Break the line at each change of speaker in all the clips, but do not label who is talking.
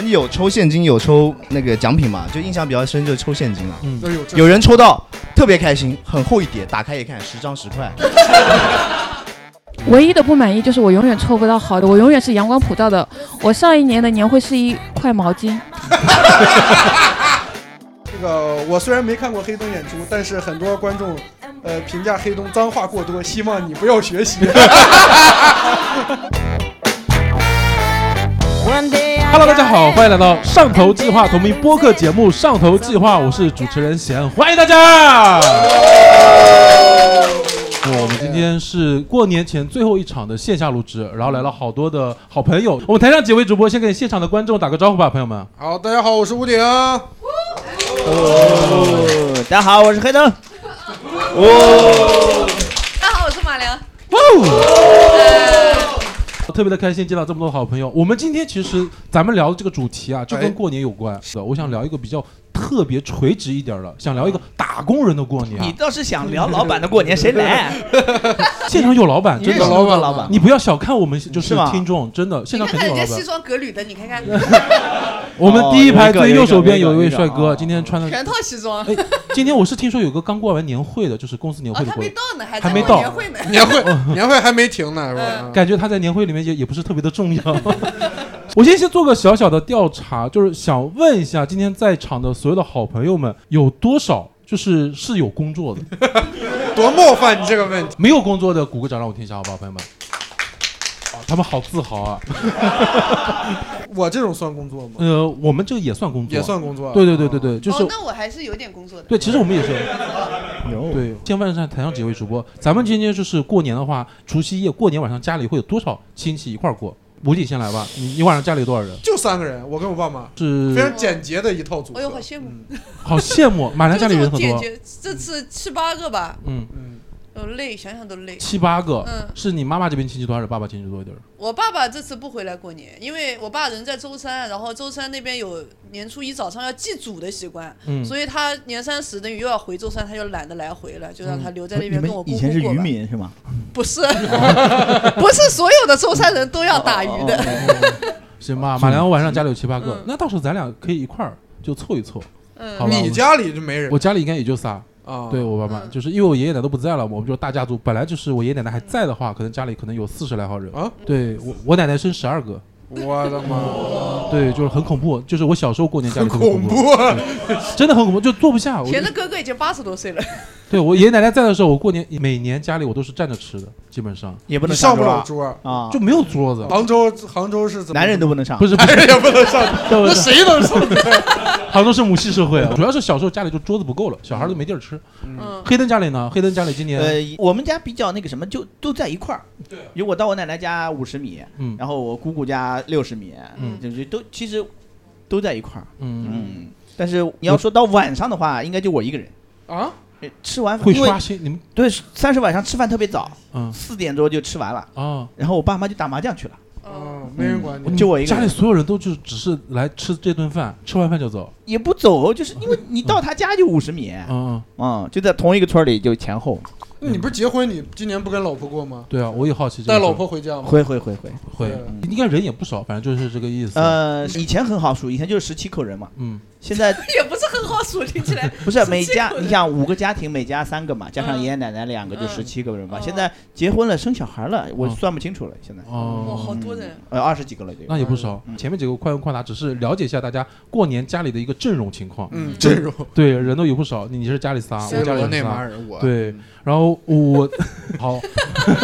是有抽现金，有抽那个奖品嘛，就印象比较深就是抽现金了。
嗯
那有这
有人抽到特别开心，很厚一叠，打开一看十张十块，
唯一的不满意就是我永远抽不到好的，我永远是阳光普照的。我上一年的年会是一块毛巾，
这个我虽然没看过黑灯演出，但是很多观众，呃，评价黑灯脏话过多，希望你不要学习。
Hello，大家好，欢迎来到上头计划同名播客节目《上头计划》，我是主持人贤，欢迎大家。我们今天是过年前最后一场的线下录制，然后来了好多的好朋友。我们台上几位主播先给现场的观众打个招呼吧，朋友们。
好，大家好，我是吴鼎。啊
哦，大家好，我是黑灯。
大家好，我是马良。
哇哦！特别的开心见到这么多好朋友。我们今天其实咱们聊的这个主题啊，就跟过年有关。是的，我想聊一个比较特别垂直一点儿的，想聊一个打工人的过年啊。
你倒是想聊老板的过年，谁 来？啊
现场有老板，真的
老板，老板，
你不要小看我们就是
是吗
听众，真的，现
你
场
看
肯
看
定有
人
老
家
板
西。装革履的，你看 看，
我们第一排
哦有一个
最右手边
有
有
一
一
个有一个
位帅哥，
哦
今天穿的，
全套西装。
哎， 今天我是听说有个刚过完年会的，就是公司年
哦，
会的
他
活
没
动，
到呢，还
还
在
没
过
到
年会
年
呢。
会年会还没停呢，是
嗯
吧？
哦感觉他在年会里面也也不是特别的重要。 我先先做个小小的调查，就是想问一下，今天在场的所有的好朋友们，有多少就是是有工 作的？
多冒犯你这个问题。
没有工作的鼓个掌，让我听一下，好不好，朋 友们？哦他们好自豪啊！
我这种算工作吗？
呃，我们这个也算工作，啊
也。算工作。
对对对对。对，就是
哦，那我还是有点工作的。
对，其实我们也是。
有
对，先问一下台上几位主播，咱们今天就是过年的话，除夕夜过年晚上家里会有多少亲戚一块儿过？吴姐先来吧，你你晚上家里有多少人？
就三个人，我跟我爸妈，非
是
常简洁的一套组合。
哎呦好羡慕
嗯
好 羡慕，马良
就
家里
这
人
么
很
解
多，
决，这次七八个吧，
嗯，
嗯，
都累，想想都累。
七八个。
嗯
是你妈妈这边亲戚多还是爸爸亲戚多一点儿？
我爸爸这次不回来过年，因为我爸人在舟山，然后舟山那边有年初一早上要祭祖的习惯，
嗯，
所以他年三十等于又要回舟山，他就懒得来回了，就
嗯
让他留在那
嗯你
边
们
跟我姑
以
姑
前是
过
渔
吧。
民是吗？
不是， 不是所有的舟山人都要打鱼
哦
的。
行吧，马良晚上家里有七八个，那到时候咱俩可以一块儿就凑一凑。
嗯
好吧
你家里就没人
我家里应该也就仨，
啊？
对，我爸妈，
嗯
就是因为我爷爷奶奶都不在了，我们就是大家族。本来就是我爷爷奶奶还在的话，可能家里可能有四十来号人。
啊，
对我我奶奶生十二个，
我的妈，
对，就是很恐怖，就是我小时候过年家里特别
恐
怖，
怖啊！
真的很恐怖，就坐不下。我
田的哥哥已经八十多岁了，
对我爷爷奶奶在的时候，我过年每年家里我都是站着吃的，基本上
也不
你
能
上不
桌
了
啊
桌。
啊，
就没有桌子。
杭州，杭州是怎么？
男人都不能上
不。是不是，
也不能 上，
不
那
是
谁能上？
杭州是母系社会啊，主要是小时候家里就桌子不够了，小孩都没地儿吃。
嗯，
黑灯家里呢？黑灯家里今年，
呃，我们家比较那个什么，就都在一块儿。对，因为我到我奶奶家五十米，
嗯
然后我姑姑家六十米，
嗯
就是都其实都在一块儿。
嗯，
嗯，但是你要说到晚上的话，应该就我一个人。
啊，
呃吃完
会
因为
刷新你们，
对三十晚上吃饭特别早，
嗯
四点多就吃完了，
啊，
然后我爸妈就打麻将去了，嗯
哦，
没人管你。
就我一个
家
人
里。所有人都就只是来吃这顿饭，吃完饭就走。
也不走，就是因为你到他家就五十米，
嗯嗯，
嗯，就在同一个村儿里，就前后。
那你不是结婚，你今年不跟老婆过吗？
对啊，我也好奇这
带
个事儿。
老婆回家吗？
会会会会，
会，应该人也不少，反正就是这个意思。
呃，以前很好数，以前就是十七口人嘛，
嗯，
现 在
也不是很好数，听起来
不是每
17
家
口，人
你想五个家庭，每家三个嘛，加上
嗯
爷爷奶奶两个，就
嗯
十七个人嘛。
哦
现在结婚了，生小孩了，我
嗯
算不清楚了，现在
哇，
哦，
好多人，
呃二十几个了就有。
那也不少。
嗯
前面几个快问快答只是了解一下大家过年家里的一个阵容情况。
嗯，阵容，
对，人都有不少。你是家里仨，我家里
罗
有
内马
仨。
尔，我嗯
对，然后我好，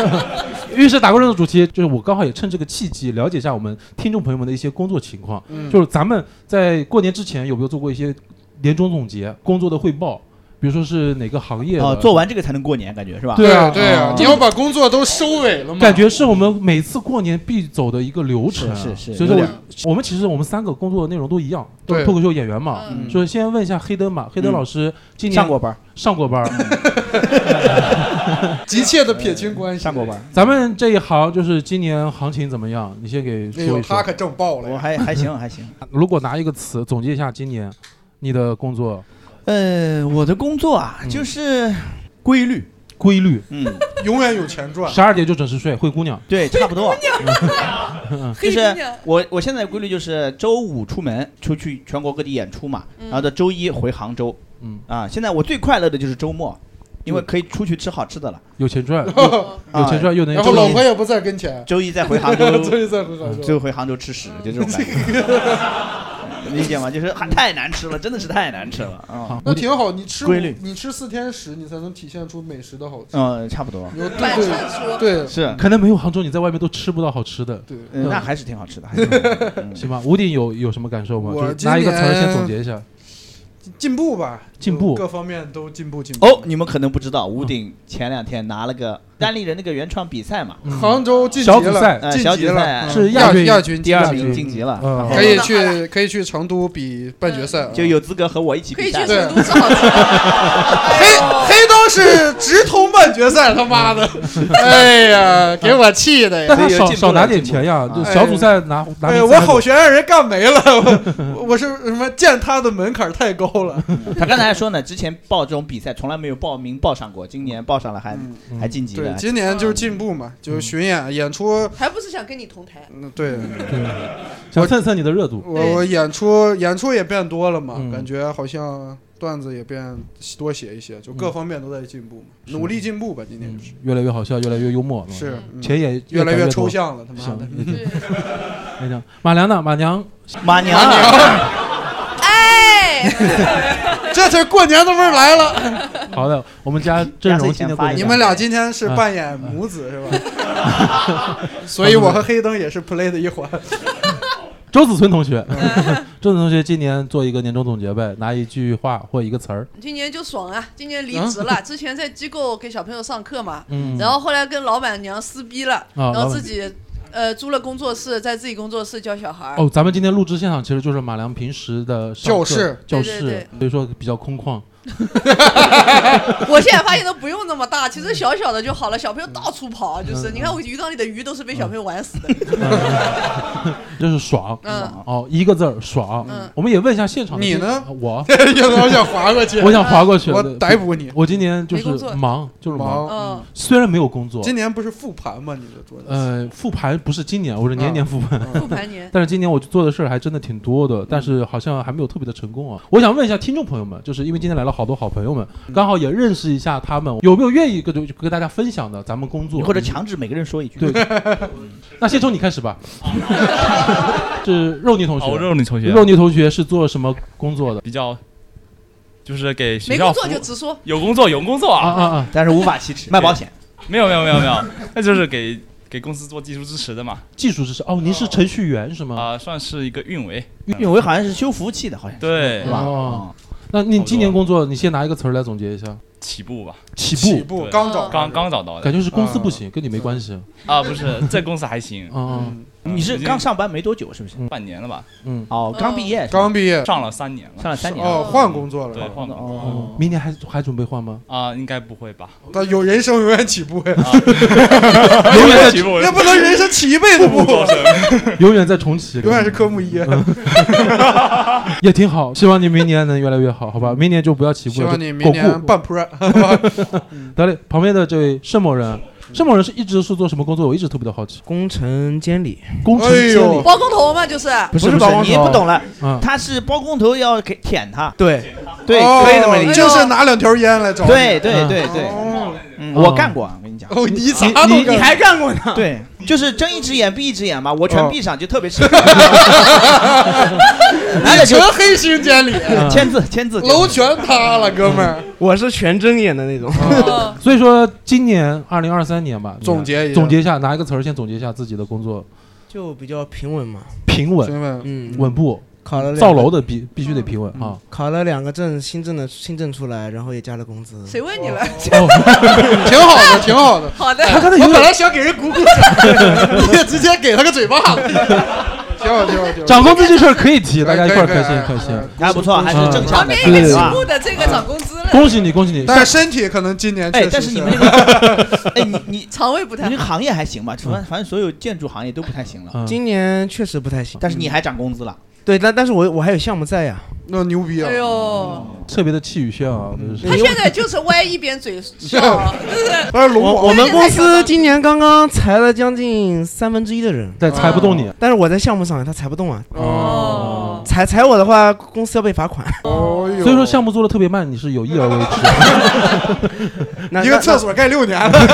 于是打工人的主题就是我刚好也趁这个契机了解一下我们听众朋友们的一些工作情况。
嗯
就是咱们在过年之前有没有做过一些年终总结、工作的汇报？比如说是哪个行业的
哦，做完这个才能过年，感觉是吧？
对啊
对啊
哦，
你要把工作都收尾了嘛？
感觉是我们每次过年必走的一个流程啊，
是是是
所以说
有
我
点
我们其实我们三个工作内容都一样，都是
对嗯
脱口秀演员嘛。
嗯，
就是先问一下黑灯吧，黑灯老师今年
上过班儿，嗯
上过班儿，
急切的撇清关系。
上过班儿，
咱们这一行就是今年行情怎么样？你先给
那
说
有
一
哎他
说。
可挣爆了
我
呀！
还还行还行。
如果拿一个词总结一下今年你的工作
呃，我的工作啊，
嗯
就是规律，
规律，
嗯，
永远有钱赚。
十二点就准时睡，灰姑娘。
对，差不多。嗯就
黑姑
是
娘，
我我现在的规律就是周五出门出去全国各地演出嘛，
嗯
然后到周一回杭州。
嗯，
啊，现在我最快乐的就是周末，因为可以出去吃好吃的了。
有钱 赚，有有钱
啊，
赚又能
然后老婆也不在跟前，
周一再回 杭
所
州，
以再回杭
最
州。
后回杭州吃屎，
嗯
就这种感觉。 理解吗？就是还太难吃了，真的是太难吃了啊。
好
那挺好，你吃五
规律
你吃四天屎，你才能体现出美食的好吃。
嗯，差不多
你要对
反
对
串出，
对
是，
可能没有杭州，你在外面都吃不到好吃的，
对，
嗯那还是挺好吃的。还是挺好吃的嗯
行吧？吴鼎有有什么感受吗？
我
就是拿一个词儿
今年
先总结一下。
进步吧，
进步
就各方面都进步进步。
哦，，你们可能不知道，吴鼎前两天拿了个单立人那个原创比赛嘛，
嗯
杭州晋级
小组
了，
赛
呃
晋
小
级
组赛
了，
是
嗯
亚
亚
军
亚军，
第二
亚
名
军
晋级了，嗯
嗯
可以去可以去成都比半决赛啊，
就有资格和我一起
可
比
以
赛
去
对。
成都找他。
黑东是直通半决赛，他妈的！
嗯
哎呀，给我气的
但
呀！
所
他
以有
少
进步
少拿
了
点
进
钱
步
呀，
了
就
啊
小组赛拿拿
哎呀，
名次
我
还
好
得
悬让人干没 了，我我是什么见他的门槛太高了。
他刚才还说呢，之前报这种比赛从来没有报名报上过，今年报上了还
嗯
还晋级
对，
了。
今年就是进步嘛，就是巡演演出。
还不是想跟你同台，
嗯，对
想蹭蹭你的热度。哎
我我演出演出也变多了嘛
嗯，
感觉好像段子也变多写一些，就各方面都在进步嘛，努力进步吧，今年
嗯
就是
越来越好笑，越来越幽默，
是
嗯
嗯
钱也
越来
越
越
多
抽。象了，他妈
行
的，。
也挺
对，
也挺马良呢？马娘
马娘啊，
哎，
这才过年的味儿来了。
好的，我们家阵容今天过得
压岁钱发一
啊
下
你
下
们俩今天是扮演母
嗯
子是吧？ 所以我和黑灯也是 play 的一环。
周子孙同学，
嗯
周子孙同学今年做一个年终总结呗，拿一句话或一个词儿。
今年就爽啊！今年离职了，之前在机构给小朋友上课嘛，
嗯，
然后后来跟老板娘撕逼了，
啊
然后自己呃租了工作室，在自己工作室教小孩儿。
哦，咱们今天录制现场其实就是马良平时的上课
教室
教
对对
室，
对
所以说比较 空旷。
我现在发现都不用那么大，其实小小的就好了。小朋友到处跑，啊就是你看我鱼缸里的鱼都是被小朋友玩死的。
就是爽。
嗯，
哦，一个字儿爽。
嗯
我们也问一下现场的呃
你呢？
我
有我想划过去，
我想划过去。
我
对
逮捕你。
我今年就
没工作
是忙，就是忙。
忙，
嗯，
虽然没有工作，
今年不是复盘吗？你的桌子。
呃，复盘不是今年，我是年
啊
年复盘。
嗯
复盘年，
但是今年我做的事儿还真的挺多的，但是好像还没有特别的成功啊。我想问一下听众朋友们，就是因为今天来了好多好朋友们，
嗯
刚好也认识一下他们，有没有愿意跟跟大家分享的咱们工作
你或者强制每个人说一句。
对那先从你开始吧。是肉泥同学，
熬哦肉你同学
肉泥同学是做什么工作的？
比较，就是给学
没
校
工
服
作就直说。
有工作有工作
啊
啊，
啊啊！
但是无法启齿，卖保险。
没有没有没有没有， 那就是给给公司做技术支持的嘛，
技术支持哦，您是程序员是吗？
啊、算是一个运维，
运维好像是修服务器的，好像是
对
对，吧？
哦
哦，
那你
好多
今年工作，你先拿一个词儿来总结一下。
起步吧，
起
起
步，
步
对
刚找，
刚刚找到的嗯
感觉是公司不行，跟你没关系。
啊，不是 这公司还行，
嗯
嗯，
你是刚上班没多久，是不是？
半年了吧，
嗯
哦，刚毕业，
刚毕业，
上了三年了，
上了三年。
哦，换工作
对，
了。哦
换工作
嗯，明年还还准备换吗？
啊、应该不会吧？
他有人生永远起步呀，
啊 永远起步，
那不能人生起一辈子
步步
步，
高升。
永远在重 启，
永远是科目一。
嗯 也挺好。希望你明年能越来越好，好吧？明年就不要起步
希
了，
望
就
你明
巩
年
固
半坡。
得嘞，旁边的这位盛某人，啊盛某人是一直是做什么工作？我一直特别的好奇。
工程监理，
工程
哎
监
呦
理
包工头嘛，就是
不
是
包工
你不懂了，
啊，
他是包工头要给舔他，
对，
对，
哦
可以这么理解。
就是拿两条烟来找你。
对对对对，
哦，
嗯我干过，我跟你讲。
哦，你咋
你
都
你
干
还干过呢？
对，就是睁一只眼闭一只眼嘛，我全
哦
闭上就特别吃。 来
你
了就
纯黑心监理，
嗯
签字签字，
楼全塌了，啊哥们儿。
我是全睁眼的那种。
嗯
所以说今年二零二三年吧，
哦
你
总结一下
总结一下，拿一个词儿先总结一下自己的工作，
就比较平稳嘛。
平稳
询问
嗯，
稳步，
考了两个嗯
造楼，的必必须得平稳
嗯
啊。
考了两个证，新证的新证出来，然后也加了工资。
谁问
哦
你了？
哦
挺好的，挺好的。
好的，
他哎刚才
我
有
本
点
来想给人鼓鼓 掌，你也直接给他个嘴巴子。挺好，挺好，挺好。
涨工资这事儿可以提，
可以
大家一块儿开
可
心
以
开
可以
心。
还不错，还是正
旁
常
嗯
的。
边一个
对
起步的这个涨工资了，
恭喜你，恭喜你！
但是身体可能今年确
哎
实，
但是你们那个， 哎，你你
肠胃不太
你这
好。
行业
嗯
还行吧？反正反正所有建筑行业都不太行了，
嗯
今年确实不太行，嗯
但是你还涨工资了，
对，但但是我我还有项目在呀、
那牛逼 啊
哎
哦
呦，
特别的气宇轩昂，真是
他现在就是歪一边嘴笑，啊就是
但是龙
我
王
我们公司今年刚刚裁了将近三分之一的人，
但猜不动你。
但是我在项目上，他裁不动啊，
哦，
裁裁我的话，公司要被罚款。
哦呦
所以说项目做的特别 慢，你是有意而为之。
那
一个
那
厕所盖六年 了，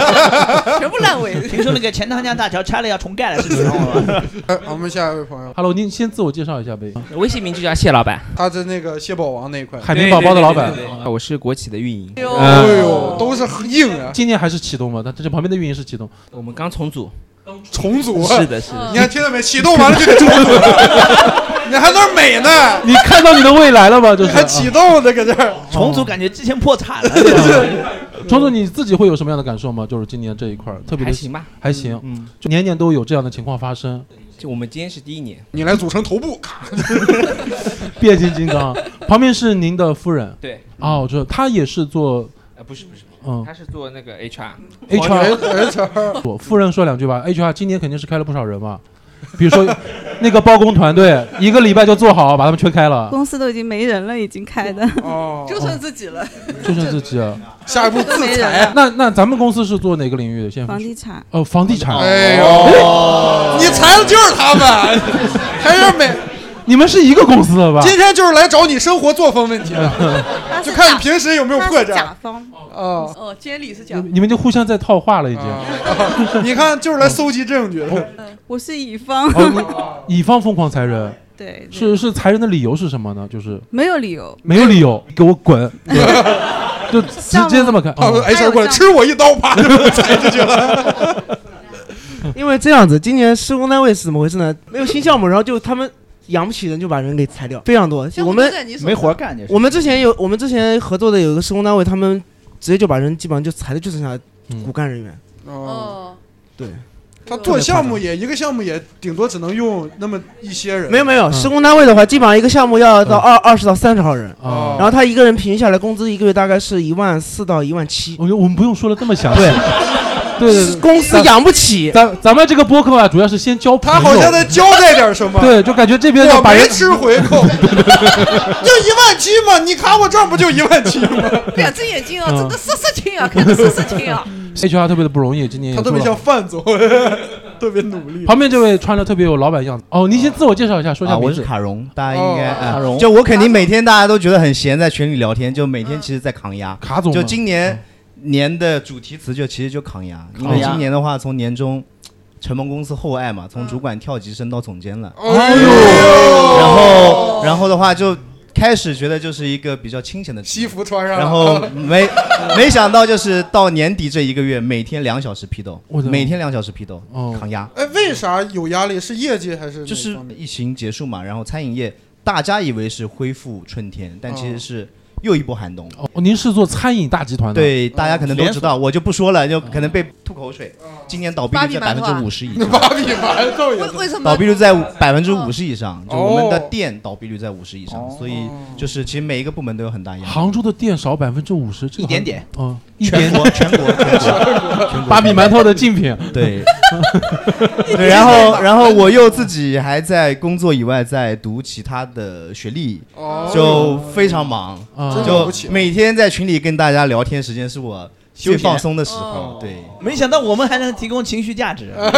全部 烂 尾。
听说那个钱塘江大桥拆了要重盖了，是知道 吗？
哎我们下一位朋友，
Hello，您先自我介绍一下呗。
微信名就叫谢老板，
他是那个蟹堡王那一块。
海绵宝宝的老板，
啊
嗯
我是国企的运营，
哎呦，
哎呦，都是硬啊！
今年还是启动吗？他这旁边的运营是启动，
我们刚重组，
重组，嗯
是的，是的，
啊你看听到没？启动完了就得重组，你还那儿美呢，
你看到你的未来了吗？就是
还启 动啊呢，搁这儿。
重组感觉之前破产了，
庄总你自己会有什么样的感受吗？就是今年这一块儿特别的
还行吧。
还行，嗯，就年年都有这样的情况发生，
就我们今天是第一年，
你来组成头部，
变形金刚。旁边是您的夫人
对，
啊，我知道，她也是做
呃，不是不是，
嗯
他是做那个 HR，
哦
哦
HR。
哎这儿
我夫人说两句吧，HR 今年肯定是开了不少人嘛，比如说那个包工团队，一个礼拜就做好，把他们全开了，
公司都已经没人了，已经开的，
哦，
就剩自己了。
就剩自己了。
下一步自
没人
裁。啊
了。
那那咱们公司是做哪个领域的？现在
房地产，
哦，房地产。
哎
哎
呦，你裁的就是他们，还是美。
你们是一个公司的吧？
今天就是来找你生活作风问题的，
他
就是看你
甲，
平时有没有
他
破
是
绽
甲方，
啊。
哦，监理是
你
讲
你们就互相在套话了，已经。
嗯
你看，就是来搜集证据的。
嗯
我是乙方，
哦，你乙方疯狂裁人，
对，对
是是裁人的理由是什么呢？就是
没有理由。
没有理由，给我 滚，就直接这么干。
啊
哦
哎
，HR 过来吃我一刀，啪就给我裁出去了。
因为这样子，今年施工单位是怎么回事呢？没有新项目，然后就他们养不起人，就把人给裁掉，非常多。我们
没活干就是。
我们之前有我们之前合作的有一个施工单位，他们直接就把人基本上就裁的，就剩下
嗯
骨干人员。
哦，
哦，
对，
他做项目也一个项目也顶多只能用那么一些人。
没有没有，
嗯
施工单位的话，基本上一个项目要到
嗯
二二十到三十号人，
哦
然后他一个人平均下来工资一个月大概是一万四到一万七。
哦我觉得我们不用说的这么详细。 对对对，
公司养不起，
咱咱们这个播客啊，主要是先交朋
他
友。
好像在交代点什么。
对，就感觉这边
我
要把
没
人
吃回 扣，就一万七嘛，你卡我账不就一万七吗？
两只眼睛啊，
嗯
真的是事情啊，看的是事情啊。
HR 特别的不容易，今年也
他特
做
别像
了。
范总， 特别努力。
旁边这位穿的特别有老板样子哦，您先自我介绍一下，说一
啊，
下
我
名
是
字。
卡荣，大家应该
哦
啊
卡荣
就我肯定每天大家都觉得很闲，在群里聊天，就每天其实在抗压。
卡总吗，
就今年年的主题词就其实就抗压，因
啊
为
抗压
今年的话，从年中承蒙公司厚爱嘛，从主管跳级升到总监了，
哎
然
呦，
后然后的话就开始觉得就是一个比较清闲的职
西
业。
服穿上了，
然后没 没想到，就是到年底这一个月，每天两小时批斗，
我的
每天两小时批斗，
哦
抗压。
哎，为啥有压力？是业绩还是
就
哪
是
方面
疫情结束嘛，然后餐饮业大家以为是恢复春天，但其实是又一波寒冬。
哦，您是做餐饮大集团的，，
对，大家可能都知
哦
道，我就不说了，就可能被吐口水。
嗯
今年倒闭哦率在
芭
百
比
分
馒头啊
之五十以
那
上，
芭比馒头也
为
是
为什么
倒闭率在百分之五十以上，就我们的
哦
店倒闭率在五十以上，
哦
所以就是其实每一个部门都有很大压力。
杭州的店少百分之五十，这个
一点点，
嗯，一点
全国全国全国 全国
芭比馒头的竞品，
对，对，然后然后我又自己还在工作以外在读其他的学历，
哦
就非常忙，
啊
真了
就
不起
每天在群里跟大家聊天时间是我最
休闲
放松的时
哦
候。对，
没想到我们还能提供情绪价值，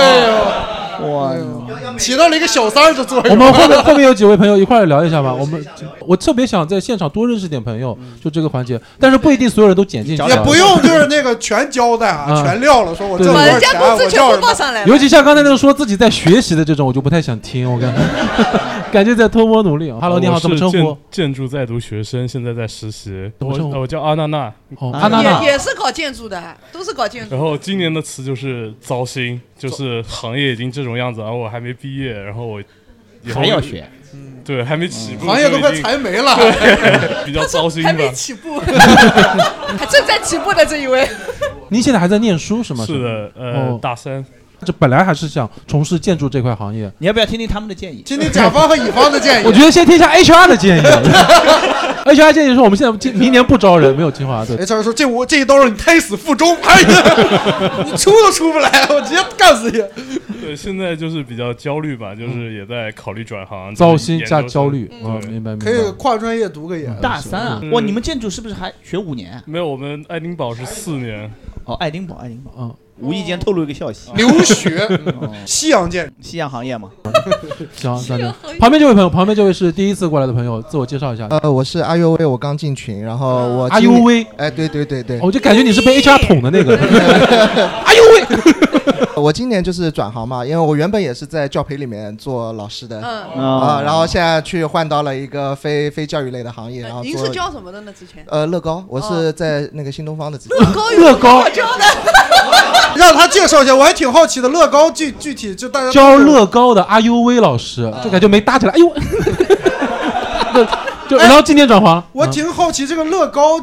哎呦起到了一个小三儿 的作用。
我们后面后面有几位朋友一块儿聊一下吧。我们我特别想在现场多认识点朋友，就这个环节，但是不一定所有人都剪进去啊。
也不 用就是那个全交代啊，
嗯
全撂了，说我挣多
对
把
少
人
钱
家
啊，
工
我
资全
叫
部
什
报
么。
上来了？
尤其像刚才那个说自己在学习的这种，我就不太想听，我感觉 感觉在偷摸努力啊。Hello，你好，
我
怎么
是
称呼
建？建筑在读学生，现在在实习。
怎么
我
称呼
我叫阿娜娜，
哦，
啊
阿娜娜
啊
也，也是搞建筑的，都是搞建筑
然。后今年的词就是糟心，就是行业已经这种样子，然后我还没毕业，然后我以后
还要，学，
对，还没起步，
行业都快
就已经
裁没了，
比较糟心
还
吧
没。起 步，还正在起步的这一位，
您现在还在念书是吗？
是的，
哦
呃，大三，
这本来还是想从事建筑这块行业。
你要不要听听他们的建议？
听听甲方和乙方的建议。
我觉得先听一下 HR 的建议。HR 建议说我们现在今明年不招人，没有计划。对，
HR 哎说这我这一刀让你胎死腹中，哎呀，你出都出不来，我直接干死你。
对，现在就是比较焦虑吧，就是也在考虑转行，
糟心加
研究生
焦虑
对
啊，明白明白。
可以跨专业读个研。
大三啊，哇，你们建筑是不是还学五年？
嗯
啊
没有，我们爱丁堡是四年。
哦，爱丁堡，爱丁堡，
嗯，
无意间透露一个消息，嗯
留 学，西洋建筑，
西洋行业嘛。
行，那
啊
就旁边这位朋友，旁边这位是第一次过来的朋友，自我介绍一下。
呃，我是阿 U V，我刚进群，然后我
阿
今年
U V，
哎，对对对对，
我就感觉你是被 HR 捅的 那个。
我今年就是转行嘛，因为我原本也是在教培里面做老师的，
嗯
啊，然后现在去换到了一个非非教育类的行业，然后
呃您
啊做
是教什么的呢？之前
呃乐高，我是在那个新东方的子乐
高
乐高
教的，
让他介绍一下，我还挺好奇的。乐高具具体就大家
教乐高的阿 U V 老师，就感觉没搭起来。哎呦，就
哎
然后嗯今天转行了。
哎我挺好奇这个乐高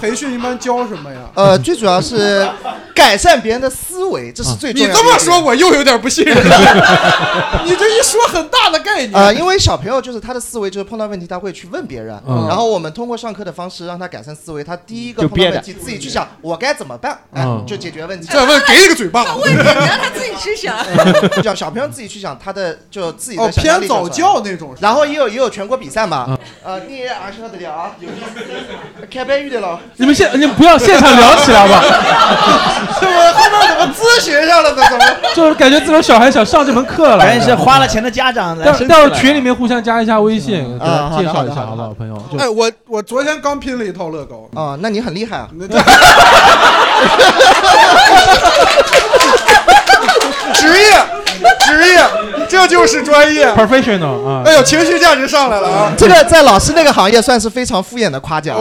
培训一般教什么呀？
呃，最主要是改善别人的思维，这是最重
你
要的。
这么说，我又有点不信任。 你这一说很大的概念。
呃，因为小朋友就是他的思维，就是碰到问题他会去问别人，
嗯
然后我们通过上课的方式让他改善思维，他第一个
就
碰到
憋
问
着
题自己去想我该怎么办，哎
嗯，
就解决问题。
再问给你个嘴巴。
问题你让他自己 去想。
叫小朋友自己去想他的就自己
哦
的想象力
偏早
就出来
教
了
那种是吧
然后也有也有全国比赛嘛
嗯，
呃，第一二十个得了啊，有意思，开班遇的了，
你们现你们不要现场聊起来吧，
这我后面怎么咨询上了呢？怎么？
就是感觉自个儿小孩想上这门课了。
但是花了钱的家长来
到
生气
到
了
群里面互相加一下微信，给
啊
大
好的
家介绍一下
好的
好不好，朋友？就
哎，我我昨天刚拼了一套乐高。
啊，那你很厉害啊！
职业，职业，这就是专业。
professional 啊。
哎呦，情绪价值上来了啊！
嗯这个在老师那个行业算是非常敷衍的夸奖。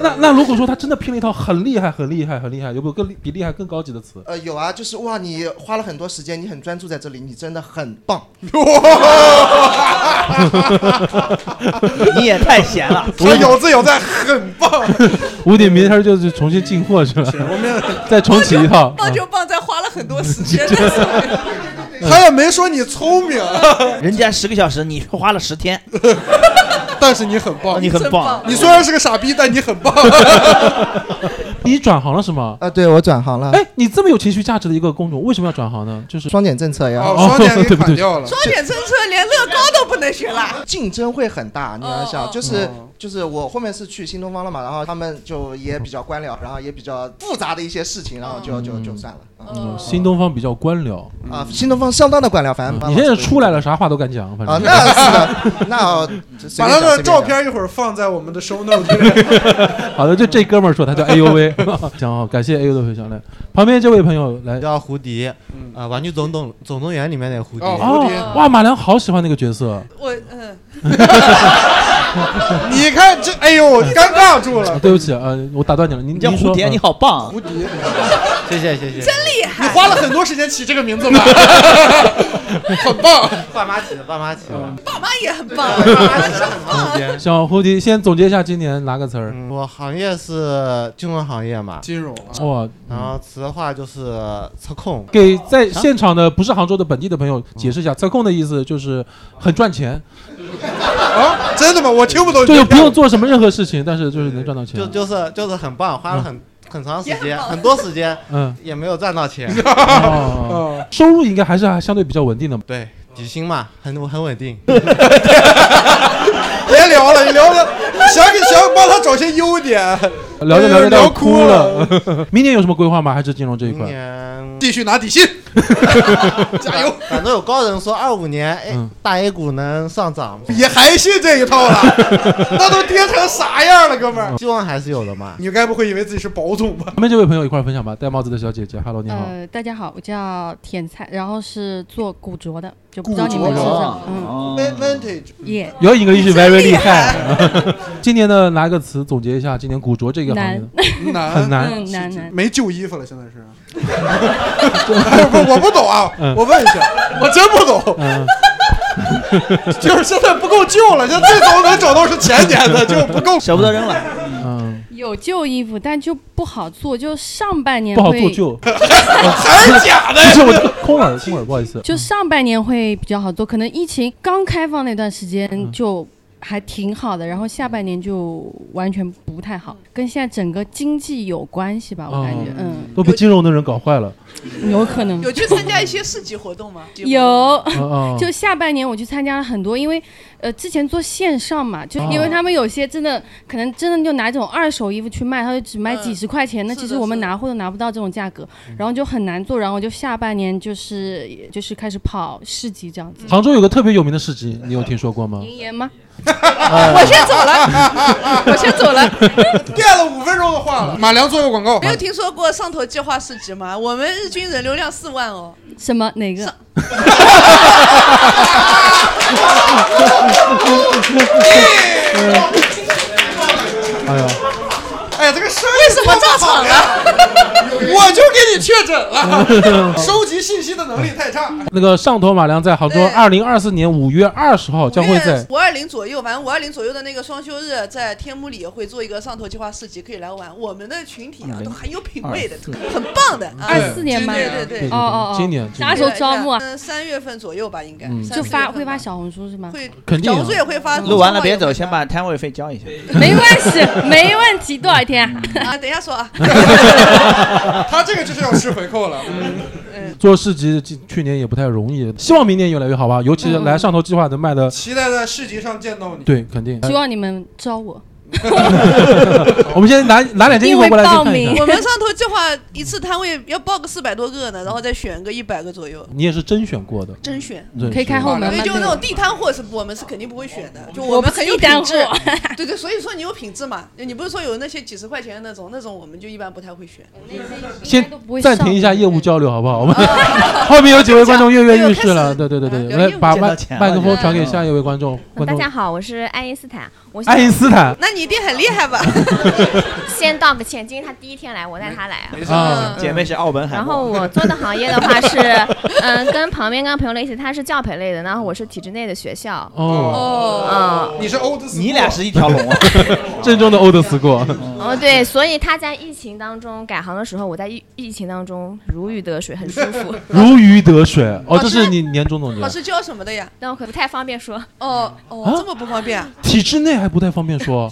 那那如果说他真的拼了一套很厉害、很厉害、很厉害，有没有更厉比厉害更高级的词？
呃，有啊，就是哇，你花了很多时间，你很专注在这里，你真的很 棒。
你也太闲了
他有字有在，很棒。
吴鼎明天就是重新进货去了， 再重启一套。啊
棒球棒在花了很多时间，但是
他也没说你聪明，
人家十个小时，你花了十天，
但是你很
哦
棒，
你很棒
你虽然是个傻逼，但你很 棒。啊
嗯你转行了是吗？
啊，对我转行了。
哎，你这么有情绪价值的一个工种，为什么要转行呢？就是
双减政策呀，
哦双减给
对不
砍
对？
掉了
双减政策连乐高都不能学了。
竞争会很大，你要
哦
想，
哦
就是就是我后面是去新东方了嘛，然后他们就也比较官僚，然后也比较复杂的一些事情，然后就就就算了。
嗯新东方比较官僚嗯
啊，新东方相当的官僚，反正
你现在出来了，啥话都敢讲，反正
啊，那是的，那
嗯
就随
把
便
他
讲
的
随便
照
讲
片一会儿放在我们的 show note 里。
好的，就这哥们儿说他叫 A U V，行好，感谢 A U 的分享。来，旁边这位朋友来，
叫胡迪，啊、玩具总动总动员》里面那个胡迪。
哦，哇，马良好喜欢那个角色，
我嗯，
你看这，哎呦，尴尬住 了。
对不起，呃，我打断你了，您
你叫
您说
蝴蝶
嗯
你好棒啊蝴蝶，
谢谢谢谢。
真厉害！
你花了很多时间起这个名字吧？ 很
啊
哦
棒，
爸妈起的，爸妈起的。
爸妈也很棒，爸妈是啊很棒。
嗯
小蝴蝶先总结一下今年哪个词儿？
嗯我行业是金融行业嘛，
金融
哇，
然后词的话就是测控，
给在现场的不是杭州的本地的朋友解释一下，测控的意思就是很赚钱，
啊，真的吗？我听不懂。
就是不用做什么任何事情，但是就是能赚到钱
就。就是就是很棒，花了很、很长时
也
间，
很棒
很多时间，
嗯，
也没有赚到钱。
嗯
哦，收入应该还是还相对比较稳定的。
对，底薪嘛，很很稳定。
别聊了，你聊的想给想帮他找些优点。
聊着聊
哎
着
呦聊
要哭了。 明年有什么规划吗？还是金融这一块？
继续拿底薪， 加油！
反正有高人说二五年 A、大
嗯
A 股能上涨，
你还信这一套 了？那都跌成啥样了，哥们儿？
希望还是有的嘛。
你该不会以为自己是保总吧？
嗯旁边这位朋友一块儿分享吧，戴帽子的小姐姐，Hello，你好。
呃，大家好，我叫甜菜，然后是做古着的，就不知道你们知不知道？嗯
，Vin-，vintage，
耶，
有 English
啊
very 厉害。 今年的拿个词总结一下，今年古着这个行业
难
的
难
很难。
嗯难难
没旧衣服了，现在 是。不不，我不懂啊
嗯，
我问一下，我真不懂，
嗯，
就是现在不够旧了，现在最早能找到是前年的，就不够，
舍不得扔了。
嗯，
有旧衣服，但就不好做，就上半年
不好
会
做 旧，还是假 的？不是我的空耳，空耳，不好意思，
就上半年会比较好做，可能疫情刚开放那段时
嗯
间就还挺好的，然后下半年就完全不太好，跟现在整个经济有关系
啊
吧，我感觉，
哦
嗯，
都被金融的人搞坏了。
有可能
有去参加一些市集活动吗？
有
哦，
就下半年我去参加了很多，因为呃之前做线上嘛，就
哦
因为他们有些真的可能真的就拿这种二手衣服去卖，他就只卖
嗯
几十块钱，那其实我们拿货都拿不到这种价格，
嗯
然后就很难做，然后我就下半年就是就是开始跑市集这样子。
杭州有个特别有名的市集，你有听说过吗？ 哎
名言吗？
我先走了，我先走了。
垫了五分钟的话了。马良做个广告
没有听说过上头计划市集吗？我们日均人流量四万哦。
什么哪个？
哎呀，
哎呀，这个生
为什么炸场
了？ 我就给你确诊 了，收集信息的能力太差。
那个上头马良在杭州，二零二四年五月二十号将会在
五二零左右，反正五二零左右的那个双休日，在天目里会做一个上头计划市集，可以来玩。我们的群体啊，都很有品位的，很棒的。啊
24年吗
对对对，
哦哦哦今年今年啥时候招募啊
嗯，三月份左右吧，应该
嗯。
三
就
四月
发
份
会
吧
发小红书是吗？
会
肯定啊
小红书也会发。
录完了别走，先把摊位费交一下。
没关 系，没问题，多少天啊？
啊，等一下说啊。
他这个就是要吃回扣了。嗯
做市集，去去年也不太容易，希望明年越来越好吧。尤其是来
嗯
上头计划能卖的，
期待在市集上见到你。
对， 肯定。
希望你们招我。
我们先拿拿两件衣服过来先看一
我
看。
们上头计划一次摊位要报个四百多个呢，然后再选个一百个左右。
你也是甄选过的，
甄选
甄选可以开后门吗
对，就那种地摊货是我们是肯定不会选的，就我们很有品质
我不是地。
对对，所以说你有品质嘛，你不是说有那些几十块钱的那种，那种我们就一般不太会选。
先
会
暂停一下业务交流，好不好？我们 后面有几位观 众跃跃欲试
呃
了，对对对对，来把
见到
麦
钱了
麦克风
嗯
传给下一位观众。观
大
众
家好，我是爱因斯坦。我
爱因斯坦
那你一定很厉害吧？
先道个歉，今天他第一天来，我带他来啊。
啊，姐妹是奥本海默。
然后我做的行业的话 是， 嗯，跟旁边跟朋友类似，他是教培类的，然后我是体制内的学校。嗯
哦，你是 old，你俩
是一条龙啊，
正宗的 old school。
嗯
哦，对，所以他在疫情当中改行的时候，我在疫疫情当中如鱼得水，很舒 服。
如鱼得水哦，
老
这
师
是你年终总结
老。
是教什么的呀？
但我可不太方便说。
哦哦，这么不方便啊？
体制内还不太方便说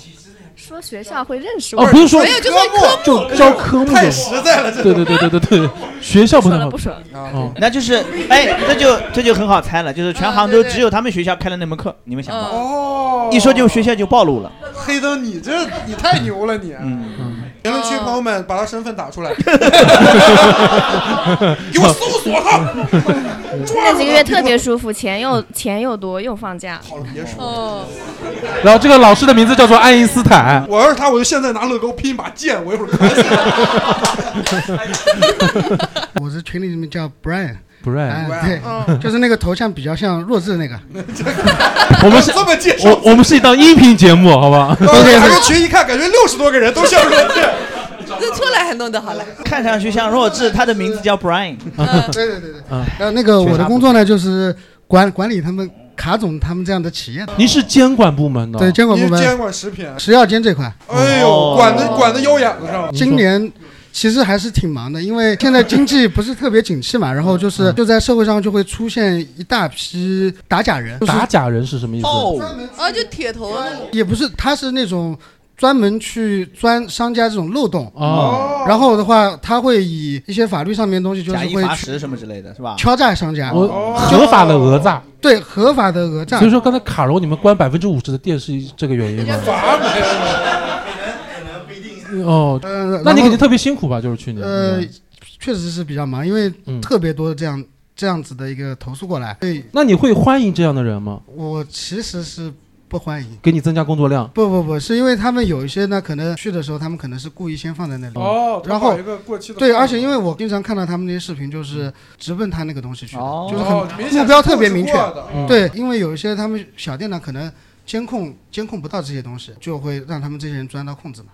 说学校会认识我。
哦，不是说
没有，就说
就教科目的，
太实在了这
对
种
对对对对对，学校不太 好。
不说
啊
了
哦，
那就是，哎，这就这就很好猜了，就是全杭州只有他们学校开了那门课，你们想吧。
啊哦，
一说就学校就暴露了。
黑灯，你这你太牛了你！评论区朋友们，把他身份打出来，给我搜索他。
那几个月特别舒服，钱又钱又多，又放假。好
了，嗯别说
哦，
然后这个老师的名字叫做爱因 斯坦。
我要是他，我就现在拿乐高拼一把剑，我一会儿砍死他。
我是群里面叫 Brian。
Brian
哎
嗯
对，就是那个头像比较像弱智 那个。
我们是
这么介绍
我我们是一档音频节目，好不
哦
好？
他们群一看， 感觉六十多个人都像弱智。
认出来还弄得好了。
看上去像弱智，他的名字叫 Brian。
对对对对。
嗯
然后呃那个我的工作呢，就是管管理他们卡总他们这样的企业的。
您是监管部门的，
对监管部门，
你监管食品
食药监这块。
哎
哦
呦，管的管的腰眼子上。
今年其实还是挺忙的，因为现在经济不是特别景气嘛，然后
嗯
就是就在社会上就会出现一大批打假人，就是
打假人是什么意思？
哦
啊，就铁头啊那种。
也不是，他是那种专门去钻商家这种漏洞
哦
然后的话，他会以一些法律上面的东西，就是
假一
会
罚
去
十什么之类的，是吧？
敲诈商家，
我合法的讹诈。
对合法的讹诈。
所以说刚才卡罗你们关百分之五十的店是这个原因吗？哦
呃，
那
然
你
后
肯定特别辛苦吧？就是去年，
呃
嗯，
确实是比较忙，因为特别多这样、这样子的一个投诉过来。对，
那你会欢迎这样的人吗？
我其实是不欢迎。
给你增加工作量？
不不不，是因为他们有一些呢，可能去的时候他们可能是故意先放在那里。
哦他
然后
把一个过期的
对，
放
而且因为我经常看到他们那些视频，就是直奔他那个东西去的，
哦
就是
哦明显是
很目标特别明确
控制过的。嗯
对，因为有一些他们小店呢，可能监控监控不到这些东西，就会让他们这些人钻到空子嘛。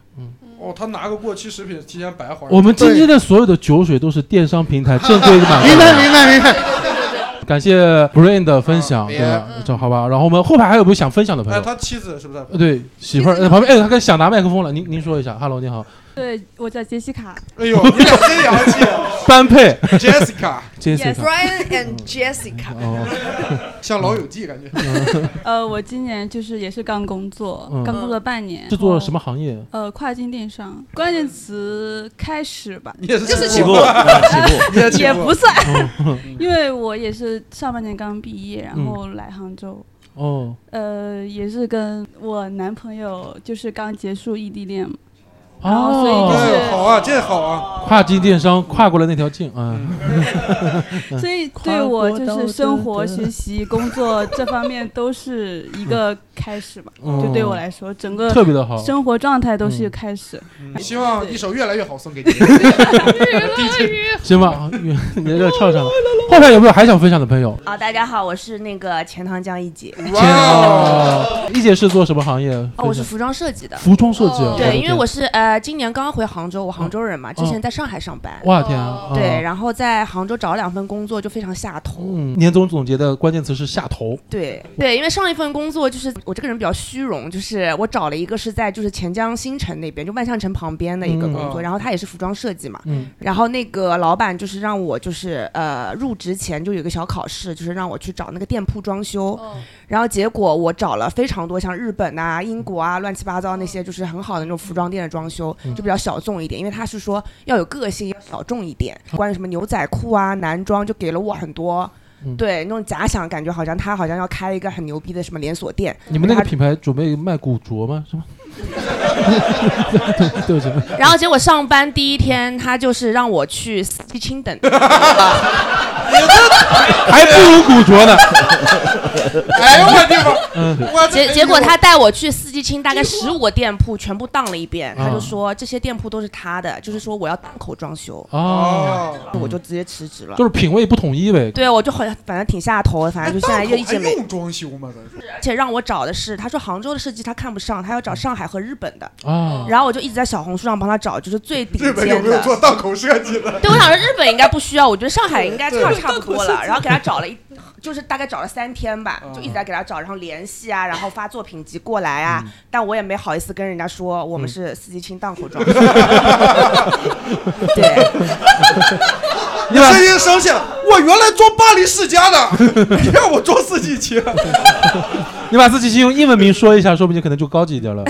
哦，他拿个过期食品提前白还。
我们今天的所有的酒水都是电商平台正规的买，
明白明白明白。
感谢 Brain 的分享，
啊别
对吧？这好吧。然后我们后排还有没有想分享的朋
哎，
友？
他妻子是不是？
呃对，媳妇儿呃旁边，哎，他刚想拿麦克风了，您您说一下，Hello，你好，
对，我叫杰西卡。
哎 呦你俩真洋气
般配
Yes,
哦 Jessica，
Brian and Jessica，
哦
像老友记感觉。
呃，我今年就是也是刚工作，
嗯
刚工作半年。
是做什么行业？
呃，跨境电商关键词开始吧，
你也是就是起步起步啊起步你也起步
也不算
哦，
因为我也是上半年刚毕业，然
嗯
后来杭州，
哦，
呃，也是跟我男朋友就是刚结束异地恋嘛，然后所以就是
哦，
好啊，这好啊，
跨境电商跨过了那条境啊， 嗯
所以 对我就是生活、学 习、工作这方面都是一个开始吧，
哦
嗯
就对我来说，整个
特别的好
生活状态都是一个开始。
嗯
嗯希望一首越来越好 送给你。
行吧， 啊你你这唱上了。后排有没有还想分享的朋友？
啊，大家好，我是那个钱塘江一姐。
天
哦
啊！一姐是做什么行业？
哦，我是服装设计的。哦
服装设计啊。我的
对，因为
天嗯
我是呃，今年刚刚回杭州，我杭州人嘛，之前在上海上班。哦
哇天啊！
对，
后
然后在杭州找两份工作就非常下头。
年终总结的关键词是下头。
对对，因为上一份工作就是我这个人比较虚荣，就是我找了一个是在就是钱江新城那边，就万象城旁边的一个工作，
嗯
然后他也是服装设计嘛，
嗯
然后那个老板就是让我就是呃入职前就有一个小考试，就是让我去找那个店铺装修，然后结果我找了非常多像日本啊、英国啊乱七八糟那些就是很好的那种服装店的装修，
嗯
就比较小众一点，因为他是说要有个性、要小众一点，关于什么牛仔裤啊、男装就给了我很多。
嗯
对，那种假想感觉，好像他好像要开一个很牛逼的什么连锁店。
你们那个品牌准备卖古着吗？ 是吗？对对不起。
然后结果上班第一天，他就是让我去西青等，
还不如古着呢。
哎呦我的妈！
嗯，
结结果
哎
他带我去四季青大概十五个店铺全部荡了一遍，他就说这些店铺都是他的，就是说我要档口装修。
哦，
我就直接辞职了。
就是品味不统一呗。
对，我就好像反正挺下头的，反正就现在就一直
还
没。
哎用装修吗？
而且让我找的是，他说杭州的设计他看不上，他要找上海和日本的。
啊
然后我就一直在小红书上帮他找，就是最顶
日
尖的。
本有没有做档口设计的？
对，我想说日本应该不需要，我觉得上海应该差
对
差不
档口
多
设
了。
计
然后给他找了一，就是大概找了三天吧，
嗯
就一直在给他找，然后联系啊，然后发作品集过来啊。
嗯
但我也没好意思跟人家说我们是四季青档 口装修。对，
你声音生气了，我原来做巴黎世家的，你让我做四季青。
你把自己先用英文名说一下，说不定可能就高级一点 了。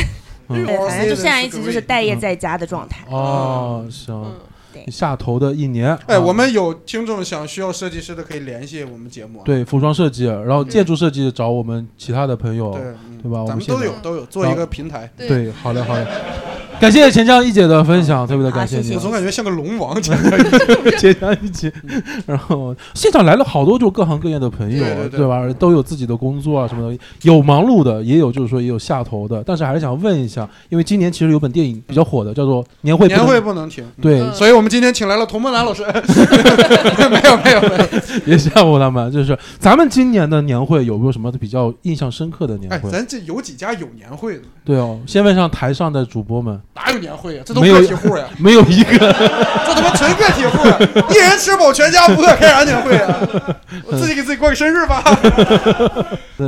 嗯
对，反正就现在一直就是待
嗯
业在家的状态。
哦，
嗯
行。下头的一年。
哎，
啊
我们有听众想需要设计师的，可以联系我们节目啊。
对服装设计，然后建筑设计找我们其他的朋友，
对
对吧？我
咱们
现
都
在
有都有做一个平台
对好嘞好 嘞，感谢钱江一姐的分享，特别的感啊谢你。
我总感觉像个龙王。
钱江 一姐，然后现场来了好多就各行各业的朋友，啊
对对对
吧？都有自己的工作啊什么的，有忙碌的，也有就是说也有下头的。但是还是想问一下，因为今年其实有本电影比较火的，叫做《年会
年会不能停，
对，
所以我们今天请来了童梦楠老师。没有没有没有，
别吓唬他们。就是咱们今年的年会有没有什么比较印象深刻的年
哎，
会？
咱这有几家有年会的？
对哦，先问上台上的主播们，
哪有年会啊？这都
没有
个体户呀，
没有一 个，
这他妈纯个体户， 呀，一人吃饱全家不饿，开啥年会啊？我自己给自己过个生日
嗯
吧。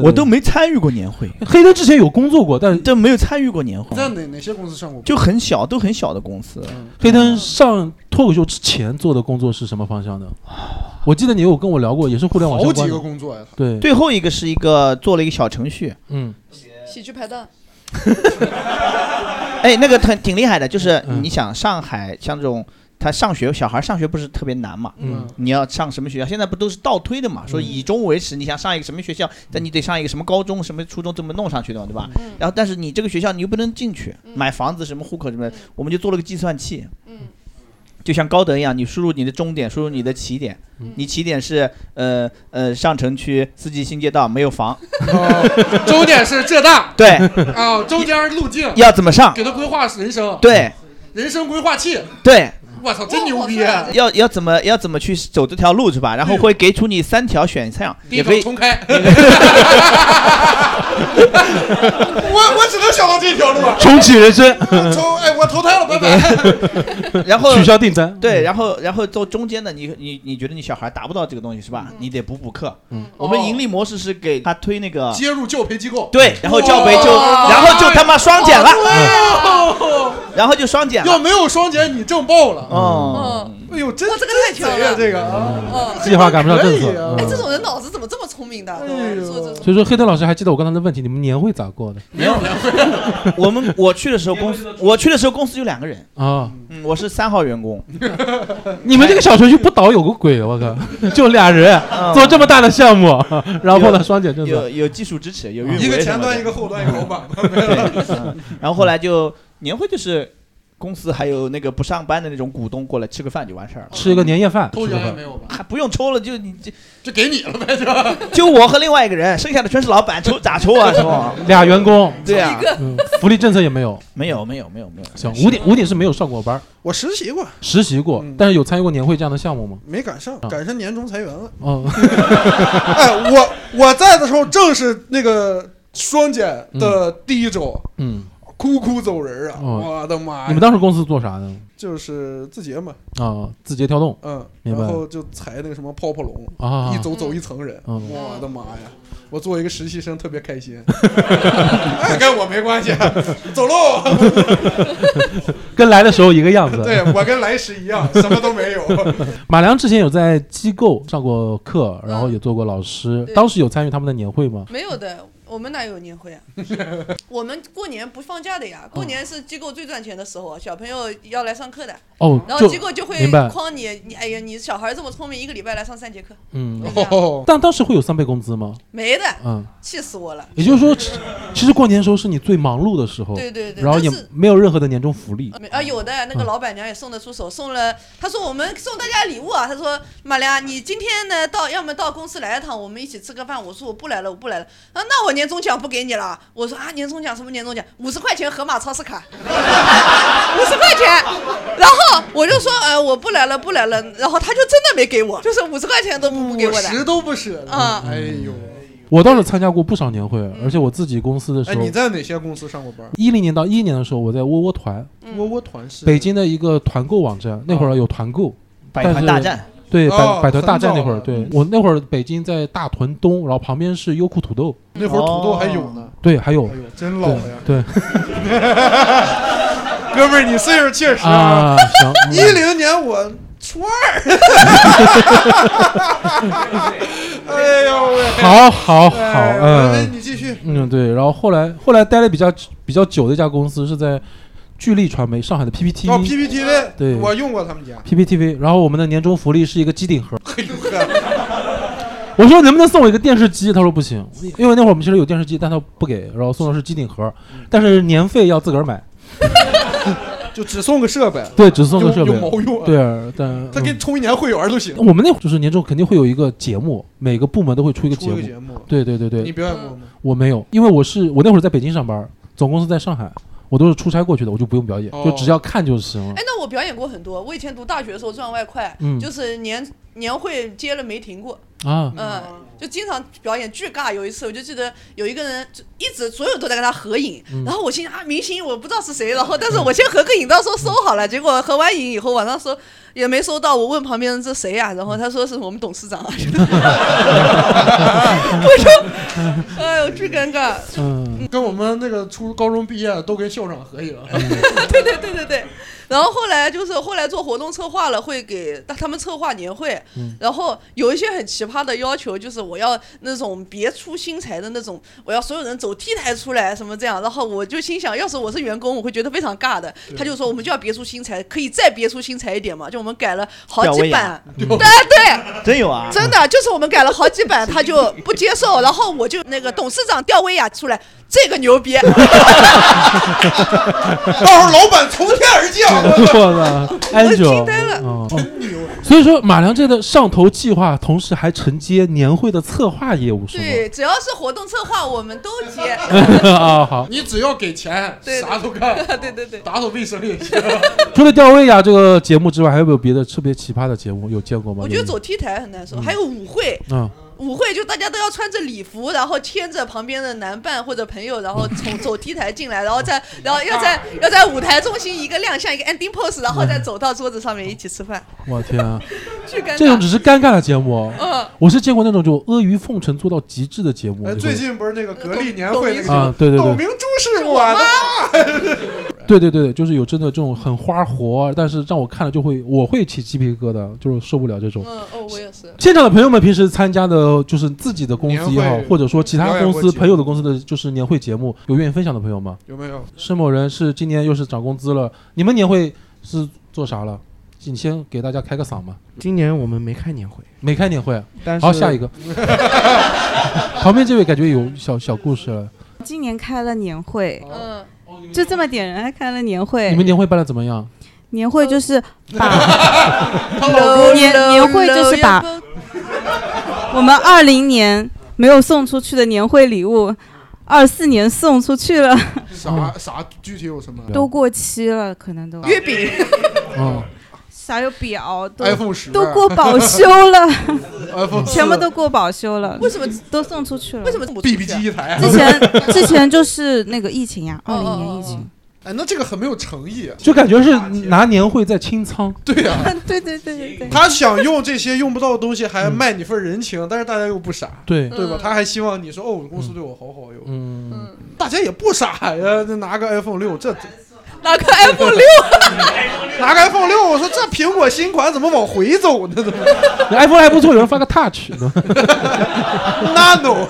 我都没参与过年 会。
黑灯之前有工作过， 但
但没有参与过年会，
在哪哪些公司上过班？
就很小，都很小的公司。
黑灯上脱口秀之前做的工作是什么方向的？
啊
我记得你有跟我聊过，也是互联网相
好
关的。
作呀
对
最后一个是一个做了一个小程序，
嗯，
喜剧排档，
哎，那个挺挺厉害的，就是
嗯
你想上海像这种。他上学，小孩上学不是特别难嘛？
嗯，
你要上什么学校？现在不都是倒推的嘛？说以中为始，你想上一个什么学
嗯
校，但你得上一个什么高中、什么初中，这么弄上去的嘛，对吧？
嗯
然后，但是你这个学校你又不能进去，买房子什么户口什么的，我们就做了个计算器，
嗯
就像高德一样，你输入你的终点，输入你的起点，
嗯
你起点是呃呃上城区四季新街道没有房，
哦终点是浙大。
对，
啊，中间路径
要怎么上
给他规划人生，
对，
人生规划器，
对，
我操，真牛逼！
要要怎么要怎么去走这条路
哎
是吧？然后会给出你三条选项，
第一
也
条
可以
重开， 我我只能想到这条路了。
重启 人生，
从哎，我投胎了，拜拜。
然后
取消订单。嗯
对，然后然后到中间的你你你觉得你小孩达不到这个东西是吧？你得补补课。
嗯，
我
哦
们盈利模式是给他推那个
接入教培机构，
对，然后教培就
嗯哇
然后就他妈双减了，嗯
哦
然后就双减
要
了。
没有 双减，你挣爆了。
哦，
哎呦，真这个太强了，这个啊，
计划赶不上政策
可
嗯
以啊
哎，这种人脑子怎么这么聪明的？
哎
都做这种
所以说，黑灯老师还记得我刚才的问题，你们年会咋过的？
没有，我们我去的时候公司，我去的时候公司就两个人，
啊，
嗯，我是三号员工，
你们这个小程序不倒有个鬼，我靠， 就俩人 做这么大的项 目，然后碰到双减政
嗯有
策，
有技术支持，有运维
一个
什
前
么
端，
的
一个后端，一个老板。
对，嗯然后后来就年会就是公司还有那个不上班的那种股东过来吃个饭就完事儿了，
吃一个年夜饭，吃个
奖也
饭
哎有吧？
还哎不用抽了，就你这
就给你了呗，是吧？
就我和另外一个人，剩下的全是老板，抽咋抽啊，是吧？
俩员工，
对啊，
嗯福利政策也没有，
没有没有没有没有。
行，五点五点是没有上过班，
我实习过，
实习过，
嗯
但是有参与过年会这样的项目吗？啊
没赶
啊
上，赶上年终裁员了。
哦，
哎，我我在的时候正是那个双减的第一周，
嗯，
哭哭走人啊！
哦
我的妈呀！
你们当时公司做啥呢？
就是字节嘛，
啊，字节跳动，
嗯，
明白
然。后就裁那个什么泡泡龙，
啊
一走走一层人，
嗯
我的妈呀！我作为一个实习生特别开心， 哎， 跟我没关系，走 喽。
跟来的时候一个样子。
对我跟来时一样，什么都没 有。
马良之前有在机构上过课，然后也做过老师，
嗯对
当时有参与他们的年会吗？
没有的，我们哪有年会啊？ 我们过年不放假的
哦
呀，过年是机构最赚钱的时候啊，小朋友要来上课的。
哦
然后
就
机构就会
明白
框你，你哎呀，你小孩这么聪明，一个礼拜来上三节课，
嗯
哦
就这样
但当时会有三倍工资吗？
没的，
嗯，
气死我了。
也就是说，其其实过年的时候是你最忙碌的时候，
对对对
然后
但
也
是
没有任何的年终福利
呃，没啊，有的那个
嗯
老板娘也送得出手，送了。她说我们送大家礼物啊，她说马良，你今天呢到，要么到公司来一趟，我们一起吃个饭。我说我不来了，我不来了。啊，那我年终奖不给你了。我说啊，年终奖什么年终奖？五十块钱盒马超市卡，五十块钱。然后我就说，呃，我不来了，不来了。然后他就真的没给我，就是五十块钱都不不给我的，
十都不舍
啊。
哎呦，
我倒是参加过不少年会，而且我自己公司的
哎，
时候
你，在哪些公司上过班？
一零年到一一年的时候，我在窝窝团，
窝窝团是哦
北京的一个团购网站，那会儿有团购，
百
但
团
是
大战
对，
哦
百百团大战
很
那
早
会儿，
嗯
对我那会儿北京在大屯东，然后旁边是优酷土豆，
那会儿土豆还有呢。
对，还有
哎呦，真老呀！
对，对
哥们儿，你岁数确实
啊 行
一零年我初二。 哎呦喂！
好好好，
哎
嗯，
你继续。
嗯，对，然后后来后来待了比较比较久的一家公司是在聚力传媒上海的 PPTV，
哦，PPTV，
对，
我用过他们家哎
PPTV。然后我们的年终福利是一个机 顶盒，
呵
我说能不能送我一个电视机？他说不行，因为那会儿我们其实有电视机，但他不给，然后送的是机顶盒，
嗯
但是年费要自个儿买。
就只送个设备。
对，只送个设备，
有有毛用啊
对，但嗯
他给你充一年会员都行。
我们那会儿就是年终肯定会有一个节目，每个部门都会出一个节
出一
目。
个节目
对对对对。
你表演过吗？
我没有，因为我是我那会儿在北京上班，总公司在上海，我都是出差过去的，我就不用表演，
哦
就只要看就行了
哎。，那我表演过很多。我以前读大学的时候赚外快，
嗯
就是年年会接了没停过
啊
嗯，就经常表演巨尬。有一次我就记得有一个人就一直所有人都在跟他合影，
嗯
然后我心想啊，明星我不知道是谁，然后但是我先合个影，到时候收好了。结果合完影以后晚上收也没收到，我问旁边人这谁呀、然后他说是我们董事 长啊。我说，哎呦，巨尴尬。
嗯，
跟我们那个初高中毕业都跟校长合影。
对对对对对。然后后来就是后来做活动策划了，会给他们策划年会，
嗯
然后有一些很奇葩的要求，就是我要那种别出心裁的那种，我要所有人走 T 台出来什么这样。然后我就心想，要是我是员工，我会觉得非常尬的。
对
他就说我们就要别出心裁，可以再别出心裁一点嘛？就我们改了好
吊威
几
亚
版，对对。
真有啊，
真的就是我们改了好几版，他就不接受，然后我就那个董事长吊威亚出来，这个牛逼，哎
到时候老板从天而降，
我操，Angel，
惊呆了
哦哦所以说马良这的上头计划，同时还承接年会的策划业务，是吗？
对，只要是活动策划，我们都 接。
啊好
你只要给钱，啥都干。
对对对，
打扫卫生也行。
除了吊威亚这个节目之外，还有没有别的特别奇葩的节目有见过吗？
我觉得走 T 台很难受，
嗯
还有舞会。
嗯
舞会就大家都要穿着礼服，然后牵着旁边的男伴或者朋友，然后 从走 T 台进来，然后再
嗯
然后要
啊
在要在舞台中心一个亮相一个 ending pose，然后再走到桌子上面一起吃饭，
嗯
我 天啊，
巨尴尬。
这种只是尴尬的节目，哦
嗯
我是见过那种就阿谀奉承做到极致的节目。
哎，
就是
最近不是那个格力年会那个
啊对对对
董明珠是我的妈。
对对对，就是有真的这种很花活，但是让我看了就会我会起鸡皮疙瘩，就是受不了这种。
嗯哦，我也是。
现场的朋友们平时参加的就是自己的公司也好
年会，
或者说其他公
表演过
司
节目
朋友的公司的就是年会节目，有愿意分享的朋友吗？
有没有？
是某人是今年又是涨工资了，你们年会是做啥了？你先给大家开个嗓嘛。
今年我们没开年会，
没开年会，啊
但是
好下一 个。旁边这位感觉有小小故事了，
今年开了年会，嗯，就这么点人还开了年
哎
会。
你们年会办的怎么样？
年会就是 把
老公
年
搂
年会就是
搂
把
要
我们二零年没有送出去的年会礼物，二四年送出去了，
啥啥具体有什么？
都过期了，可能都
月饼，
嗯，
啥有表都
iPhone 10
都过保修了
iPhone 10
全部都过保修了。
为什么
都送 出去了？为什
么
BB 机一台？
之 前之前就是那个疫情呀，二零年疫情。
哎，那这个很没有诚意。啊
就感觉是拿年会在清仓。
对呀、
对对对对对。
他想用这些用不到的东西，还卖你份人情，但是大家又不傻，
对
对吧？他还希望你说，哦，我公司对我好好哟，
嗯，
大家也不傻呀，这拿个 iPhone 六，这
拿个 iPhone 六，
拿个 iPhone 六，我说这苹果新款怎么往回走 呢？怎么
iPhone 还不错，有人发个 Touch 呢
Nano？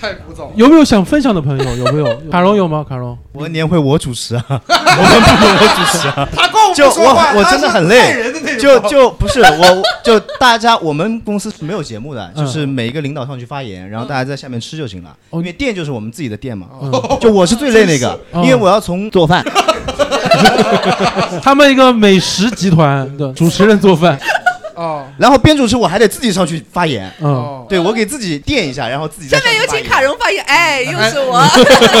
太枯燥了。
有没有想分享的朋友？有没有？卡荣有吗？卡荣，
我年会我主 持啊，我们不能我主持啊。
他跟我们
就
说话
我我
他
真的
是
很
害人的那
累，就
种
就不是我就大家我们公司是没有节目的，
嗯
就是每一个领导上去发言，然后大家在下面吃就行了，因为店就是我们自己的店嘛
嗯。
就我是最累那个，
真
因
是哦
为我要从做饭，
他们一个美食集团 的主持人做饭，
哦，
然后边主持我还得自己上去发言，
嗯，
对我给自己垫一下，然后自己再
下面有请卡荣发言，哎，又是我。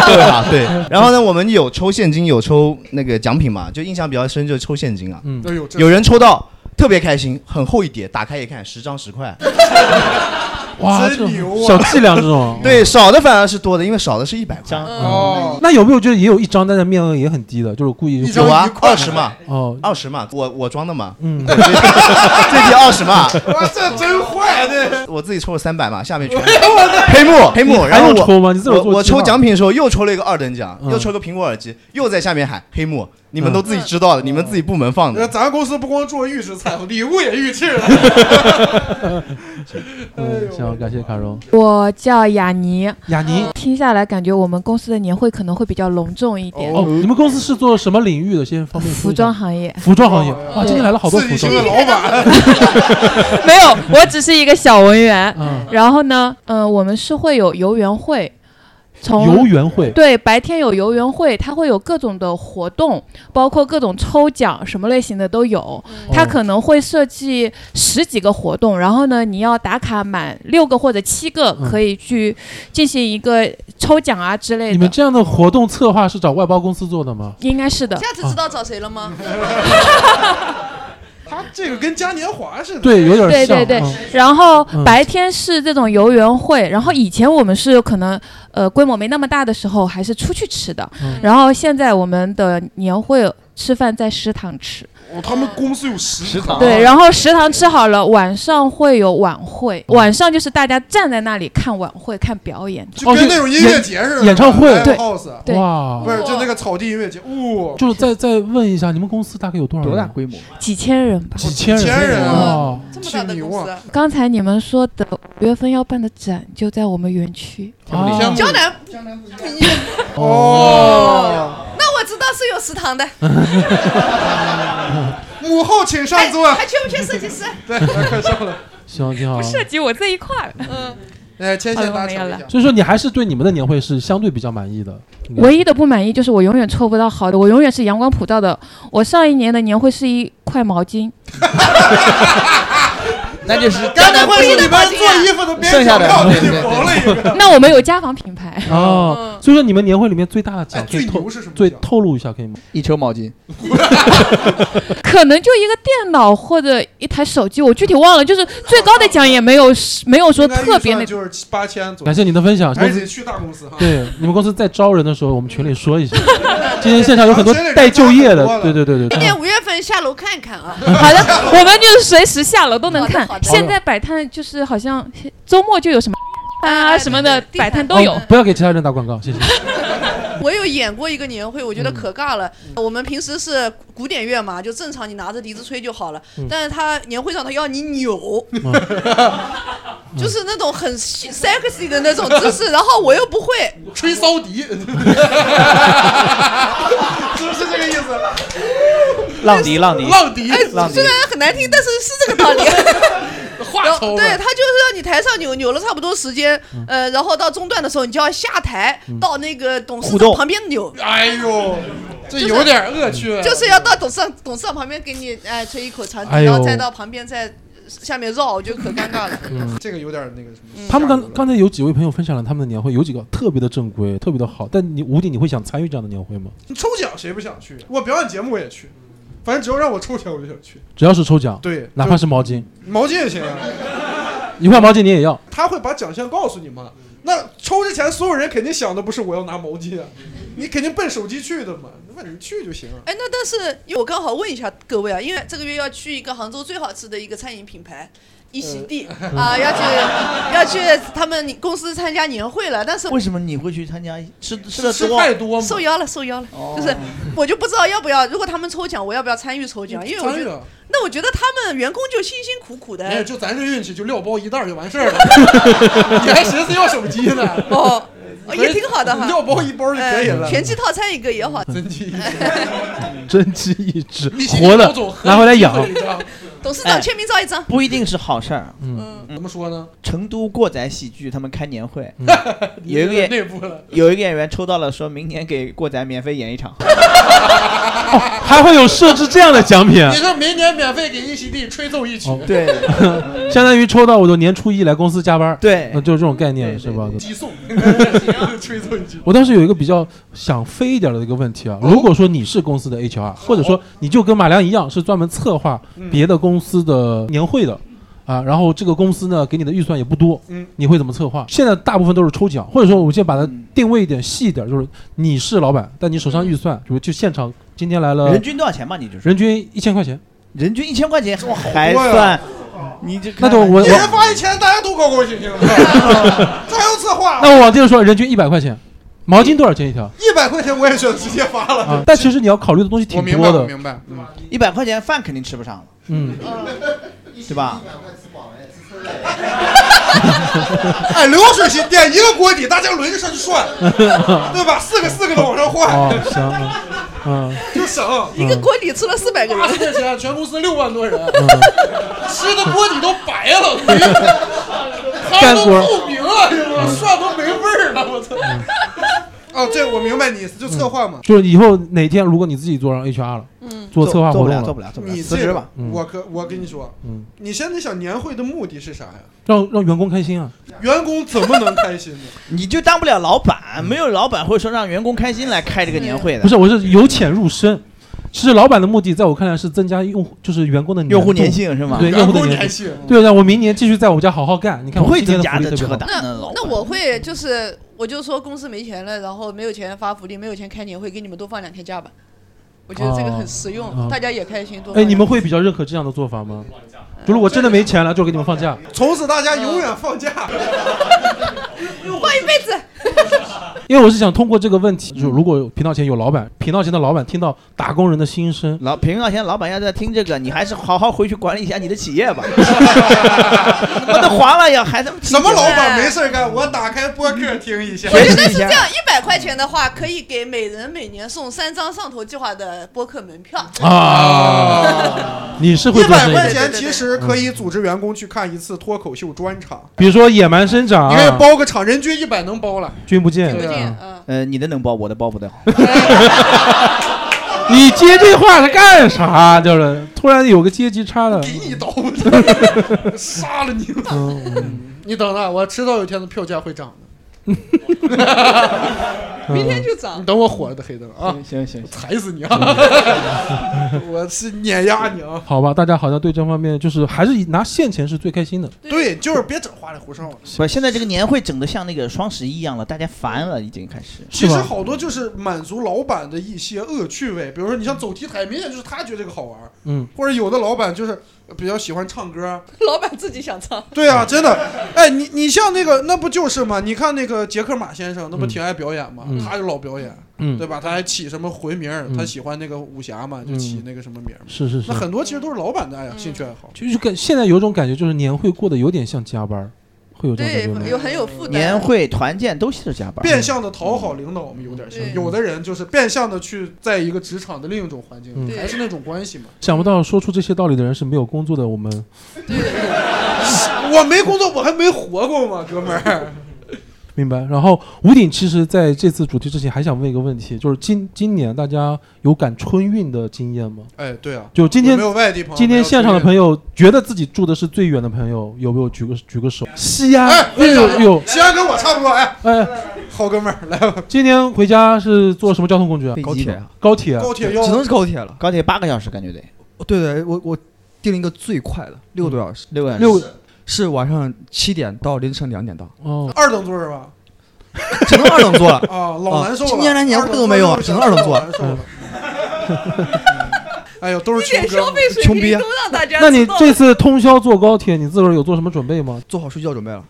对吧？ 对。然后呢，我们有抽现金，有抽那个奖品嘛，就印象比较深就是抽现金啊。
嗯
哎呦这
有人抽到特别开心，很厚一叠，打开一看十张十 块。
哇，这
真牛
种
啊。
小伎俩这种
对，少的反而是多的，因为少的是一百块。
哦，
那有没有就是也有一张，但是面额也很低的，就是故意就
有啊，二十嘛，
哎
哦，
二十嘛，我我装的嘛，
嗯，
最低二十嘛，
哇，这真坏啊的。
我自己抽了三百嘛，下面 全
我的
黑幕黑幕，
你
然后
还用
我
抽吗你自己有
我
做
我
计划
抽奖品的时候又抽了一个二等奖，
嗯
又抽个苹果耳机，又在下面喊黑幕，你们都自己知道的，你们自己部门放的。
咱公司不光做预制菜，礼物也预制了。
嗯，行，感谢卡荣。
我叫雅尼，
雅尼
听下来感觉我们公司的年会可能会比较隆重一
哎
点，
哦，你们公司是做什么领域的？先方便服
服装行业。
服装行业
哦
对
哇，今天来了好多服装。
板，
没有，我只是一个小文员。
嗯
然后呢，嗯，我们是会有游园会，从
游园会
对白天有游园会，它会有各种的活动，包括各种抽奖，什么类型的都有。
嗯
它可能会设计十几个活动，然后呢，你要打卡满六个或者七个，
嗯
可以去进行一个抽奖啊之类
你
的
们。这样的活动策划是找外包公司做的吗？
应该是的。
下次知道找谁了吗？
他这个跟嘉年华似的。
对有点
对对对，然后
嗯
白天是这种游园会，然后以前我们是可能呃规模没那么大的时候还是出去吃的，
嗯
然后现在我们的年会吃饭在食堂吃，
哦，他们公司有食堂。
对，然后食堂吃好了，晚上会有晚会，晚上就是大家站在那里看晚会、看表演，
就跟那种音乐节似的，
哦演唱会
哎
live
对
house
对
哇
不是就那个草地音乐节，呜，
就是再再问一下，你们公司大概有多少人？
多大
规
模？
几千人吧，
几千人？哦
几千人啊
哇！
这么大的公司啊，
刚才你们说的五月份要办的展就在我们园区，
哦
江南
嗯
哦，
那我知道是有食堂的。
母后请上
哎
座。
还缺不缺设计师？
对，快上了。
行，挺好。
计我这一块。嗯，
哎，牵线搭
没有
桥一
了
下。
所以说你还是对你们的年会是相对比较满意的。应该
唯一的不满意就是我永远抽不到好的，我永远是阳光普照的。我上一年的年会是一块毛巾，
那就是
该不会是你们做衣服的
啊
边
剩下的
角料
对对对
缝了一个？
那我们有家纺品牌，
哦，所以说你们年会里面最大的奖可以
最
透
牛是什么
最透露一下可以吗？
一球毛巾，
可能就一个电脑或者一台手机，我具体忘了，就是最高的奖也没有没有说
应该预
特别
算
那
就是七八千左右。
感谢你的分享，
还
公
是
司
得去大公司哈。
对，你们公司在招人的时候，我们群里说一下。今天现场有
啊
很多待就业的，对对对对
今
对嗯
年。五月份下楼看看啊。
好的，我们就是随时下楼都能看
好的好。的
现在摆摊就是好像周末就有什么啊什么的摆摊都有
哦。不要给其他人打广告，谢谢。
我有演过一个年会，我觉得可尬了。我们平时是古典乐嘛，就正常你拿着笛子吹就好了。
嗯
但是他年会上他要你扭， 就是那种很 sexy 的那种姿势，然后我又不会
吹骚 笛，
是不是这个意思？
浪迪浪迪
浪迪，
浪迪
虽，然很难听，哎但是是这个道 理。然后对他就是让你台上扭扭了差不多时间，呃，然后到中段的时候你就要下台到那个董事
互
长
动
旁边扭。
哎呦，这
就是
有点恶趣味。
就是要到董事长董事长旁边给你哎吹一口长笛，
哎呦
然后再到旁边再下面绕，我觉得可 尴尬了。
嗯
这个有点那个什
嗯
么。
他们刚刚才有几位朋友分享了他们的年会，有几个特别的正规，特别的好。但你吴迪，你会想参与这样的年会吗？
抽奖谁不想去？我表演节目我也去，反正只要让我抽奖我就想去。
只要是抽奖，
对
哪怕是毛巾，
毛巾也行啊，
一块毛巾你也要。
他会把奖项告诉你嘛。那抽之前，所有人肯定想的不是我要拿毛巾啊，你肯定奔手机去的嘛。那你去就行啊了。
哎，那但是因为我刚好问一下各位啊，因为这个月要去一个杭州最好吃的一个餐饮品牌。一席地
呃
嗯
啊，要去要去他们公司参加年会了，但是
为什么你会去参加？吃吃的
是
多，
受邀了，受邀了，
哦
就是我就不知道要不要。如果他们抽奖，我要不要参与抽奖？因为我觉
参与
得
啊，
那我觉得他们员工就辛辛苦苦的，
哎，就咱这运气，就料包一袋儿就完事儿了。 你还寻思要手机呢？
哦，哦也挺好的哈，
料包一包就可以了。
哎全季套餐一个也好，
真 气。
珍惜一只
利息
活的
高总，
拿回来养。
董事长
哎
签名照一张。
哎不一定是好事儿。
嗯，
怎么说呢？
成都过载喜剧他们开年会，
你
有一个
这内
演
部了
有一个演员抽到了，说明年给过载免费演一场。
还会有设置这样的奖品，啊
你说明年免费给一席地吹奏一
哦
曲，
对，
相当于抽到我就年初一来公司加班。
对
呃就是这种概念是吧？
激送， 吹奏一曲。
我当时有一个比较想飞一点的一个问题啊，
哦
如果说你是公司的 HR，或者说你就跟马良一样是专门策划
嗯
别的公司的年会的。啊，然后这个公司呢给你的预算也不多，
嗯
你会怎么策划？现在大部分都是抽奖，或者说我们先把它定位一点细一点，就是你是老板，但你手上预算，比如就现场今天来了，
嗯人均多少钱吧？你就是
人均一千块钱，
人均一千块钱，哇，
呀
还算你这
那就我
一人
我
发一千，大家都高高兴兴的，这还用策划？
那我往这个说，人均一百块钱，毛巾多少钱一条？
一百块钱我也选直接发了。
啊，但其实你要考虑的东西挺多的，
白，嗯
一百块钱饭肯定吃不上了，
嗯，
对吧？
哎，流水席点一个锅底，大家轮着上去 涮，对吧？四个四个的往上
哦
换，，
行，嗯，
就省
一个锅底吃了四百个
八十
人，
块钱，全公司六万多人，
嗯
吃的锅底都白 了，汤
干
都
锅嗯
透明了，知道吗涮都没味儿了，我操！哦，这我明白你意思，就策划嘛。
嗯就是以后哪天如果你自己做上 HR 了，
嗯
做策划活动
做不了做不了做不了
你
辞职
这个
吧嗯
我可我跟你说，
嗯
你现在想年会的目的是啥呀？
让让员工开心啊，
员工 怎么能开心呢？
你就当不了老板，没有老板会说让员工开心来开这个年会的。
不是，我是由浅入深。其实老板的目的，在我看来是增加用户，就是员工的
用户
粘
粘
度
性是吗
对，
员
用户
工
的
粘
粘
性
性。对，让我明年继续在我们家好好干。你看，
不
我
会
今天的
增加
福利
的
特别
扯
好
淡
那那我会就是我就说公司没钱了，然后没有钱发福利，没有钱开年会，给你们多放两天假吧。我觉得这个很实用，
哦哦
大家也开心。多
哎，
放
你
两
们会比较认可这样的做法吗？就是我真的没钱了，就给你们放假。
从此大家永远放假，
放一辈子。
因为我是想通过这个问题，就是如果有频道前有老板，频道前的老板听到打工人的心声，
老平道现在老板要在听这个，你还是好好回去管理一下你的企业 吧。我都黄了呀，还他妈
什么老板
哎
没事儿干？我打开播客听一下。
我觉得是这样，一百块钱的话，可以给每人每年送三张上头计划的播客门票。
啊，你 是会
哦一
做
百
这
块
个
钱
的，嗯
其实可以组织员工去看一次脱口秀专场，
比如说野蛮生长
你，可以包个场，人均一百能包了。
君不见，嗯
呃，你的能包，我的包 不了。
你接这话是干啥？啊就是突然有个阶级差的，
给你一刀，啊杀了你！
嗯
你等着，我迟早有一天的票价会涨
嗯
的。
明天就涨
你等我火了的黑灯啊！
行行，
踩死你啊！啊
嗯
我是碾压你啊！
好吧，大家好像对这方面就是还是以拿现钱是最开心的。
对，就是别整花里胡哨了。
不是，现在这个年会整的像那个双十一一样了，大家烦了，已经开始。
其实好多就是满足老板的一些恶趣味，比如说你像走 T 台，明显就是他觉得这个好玩儿，
嗯，
或者有的老板就是比较喜欢唱歌，
老板自己想唱。
对啊，真 的，哎，你你像那个，那不就是嘛？你看那个杰克马先生，那不挺爱表演嘛？
嗯
他就老表演，
嗯
对吧？他还起什么回名儿、
嗯
他喜欢那个武侠嘛，就起那个什么名儿嘛、
是是是
那很多其实都嗯是嗯老板的爱、好，兴趣爱好。
就是感现在有种感觉，就是年会过得有点像加班儿，会有这种感觉吗？
有很有负担。
年会团建都是加班。
变相的讨好领导，我们有点像、有的人就是变相的去在一个职场的另一种环境，
嗯
还是那种关系嘛。
想不到说出这些道理的人是没有工作的。我们
我没工作，我还没活过嘛，哥们儿。
明白。然后吴鼎其实在这次主题之前还想问一个问题，就是今今年大家有赶春运的经验吗？
哎，对啊，
就今天
有没有外地朋友，
今天现场的
友。
朋友觉得自己住的是最远的朋友，有没有举个举个手？ 西安，
哎，我想
哎呦呦，
西安跟我差不多，哎
哎，
好哥们儿，来吧，
今天回家是坐什么交通工具啊？
高铁啊
高铁，
高铁要只能是
高铁了，
高铁八个小时感觉得。
哦
对
哎
对，我我定了一个最快的，六个多小时，
六个
六是晚上七点到凌晨两点到，
哦，
二等座是吧？
只能二等座了
啊，老难受了。
今年连年会都没有，啊只能二等座。嗯
哎呦，都是
一点
穷哥
消
们
费
儿
水
穷逼啊
啊
平都让大家知道了。
那你这次通宵坐高铁，你自个儿有做什么准备吗？
做好睡觉准备 了。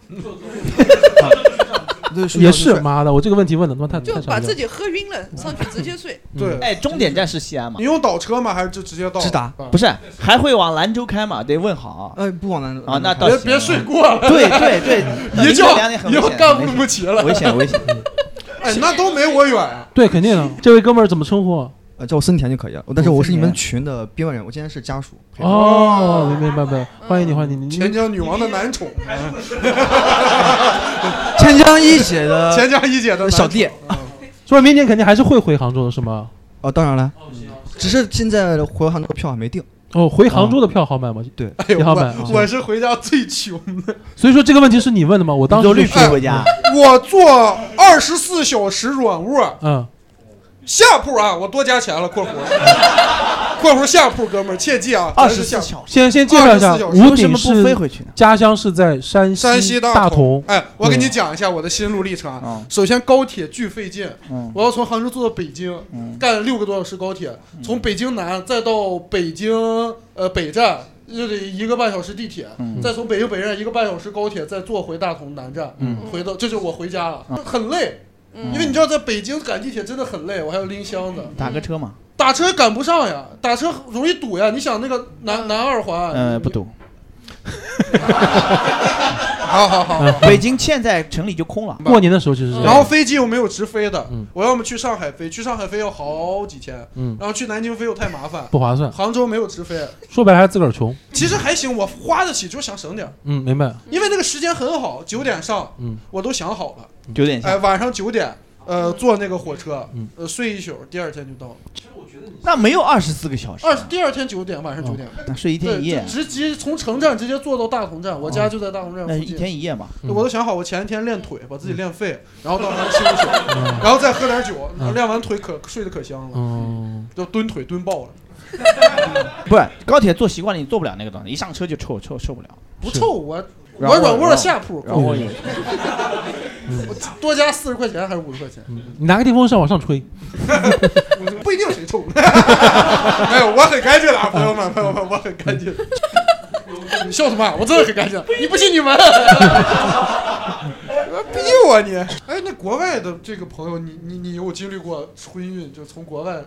也是，妈的，我这个问题问的他妈太
就
太傻
把
逼
自
了。嗯
己喝晕了，上去直接睡。
对，
哎，终点站是嗯西安吗？
你用倒车吗？还是就直接到？
直达
啊
不是，还会往兰州开吗？得问好。
呃，不往兰州
啊，那倒
别
行
别睡过了。，
对对对 凌
一
晨
觉
两点很
以
危
后
险
干不起了，
危险危险。
哎，那都没我远啊。
对，肯定的。这位哥们儿怎么称呼啊？
呃，叫我森田就可以了。但是我是你们群的编外人，我今天是家属。
哦，明白明白，
嗯
欢迎你，欢迎你。
钱江女王的男 宠，
钱江一姐的
钱江一姐的男宠哎
小弟，
所以明年肯定还是会回杭州的是吗？
哦，当然了，只是现在回杭州的票还没定。哦
哦，回杭州的票好买吗？
对，
哎呦
也好买。
我我是回家最穷的。
所以说这个问题是你问的吗？我当时就
哎我坐二十四小时软卧
嗯，
下铺啊，我多加钱了（括弧）括弧下铺，哥们儿切记啊，咱是下铺
先先介绍一下
24，小时
吴
为什
鼎
么
是
不飞回去呢
家乡是在山
山西
大
同
同。。嗯
哎，我给
对
你讲一下我的心路历程
嗯
啊。首先，高铁巨费劲，我要从杭州坐到北京，
嗯
干了六个多小时高铁，从北京南再到北京呃北站。又得一个半小时地铁，
嗯
再从北京北站一个半小时高铁，再坐回大同南站，
嗯
回到这就是我回家了，
嗯
很累，因为你知道在北京赶地铁真的很累，我还要拎箱子，
打个车嘛。
打车赶不上呀，打车容易堵呀。你想那个南南二环，
呃，不 堵。
好好好好
北京现在城里就空了。
嗯过年的时候其实是这
然
样
后飞机又没有直飞的，
嗯
我要么去上海飞，去上海飞要好几千，
嗯
然后去南京飞又太麻烦，
不划算
杭州没有直飞，
说白了还是自个儿穷。
其实还行，我花得起，就想省点儿，
嗯，明白。
因为那个时间很好，九点上，
嗯，
我都想好了，
九点下
哎，晚上九点，呃，坐那个火车
嗯，
呃，睡一宿，第二天就到了。
那没有二十四个小时，
二第二天九点，晚上九点，
那睡一天一夜哦
对，直直接从城站直接坐到大同站，我家就在大同站附
那
近。
一天一夜嘛。
对我都想好，我前一天练腿，把自己练废，然后到那儿休息， 然后再喝点酒，
嗯
练完腿可睡得可香了，
哦
嗯，
就蹲腿蹲爆了，
不是高铁坐习惯了，你坐不了那个东西，一上车就臭臭受不了。
不臭我。
然
我
后
软卧的下铺，
然后
我
有
多加四十块钱还是五十块钱，
你拿个电风扇往 上吹。
不一定谁 臭。没有，我很干净的啊，朋友们，朋友们，我很干 净。 你笑什么？我真的很干净，你不信你闻。逼逼我你！哎，那国外的这个朋友，你你你有经历过春运，就从国外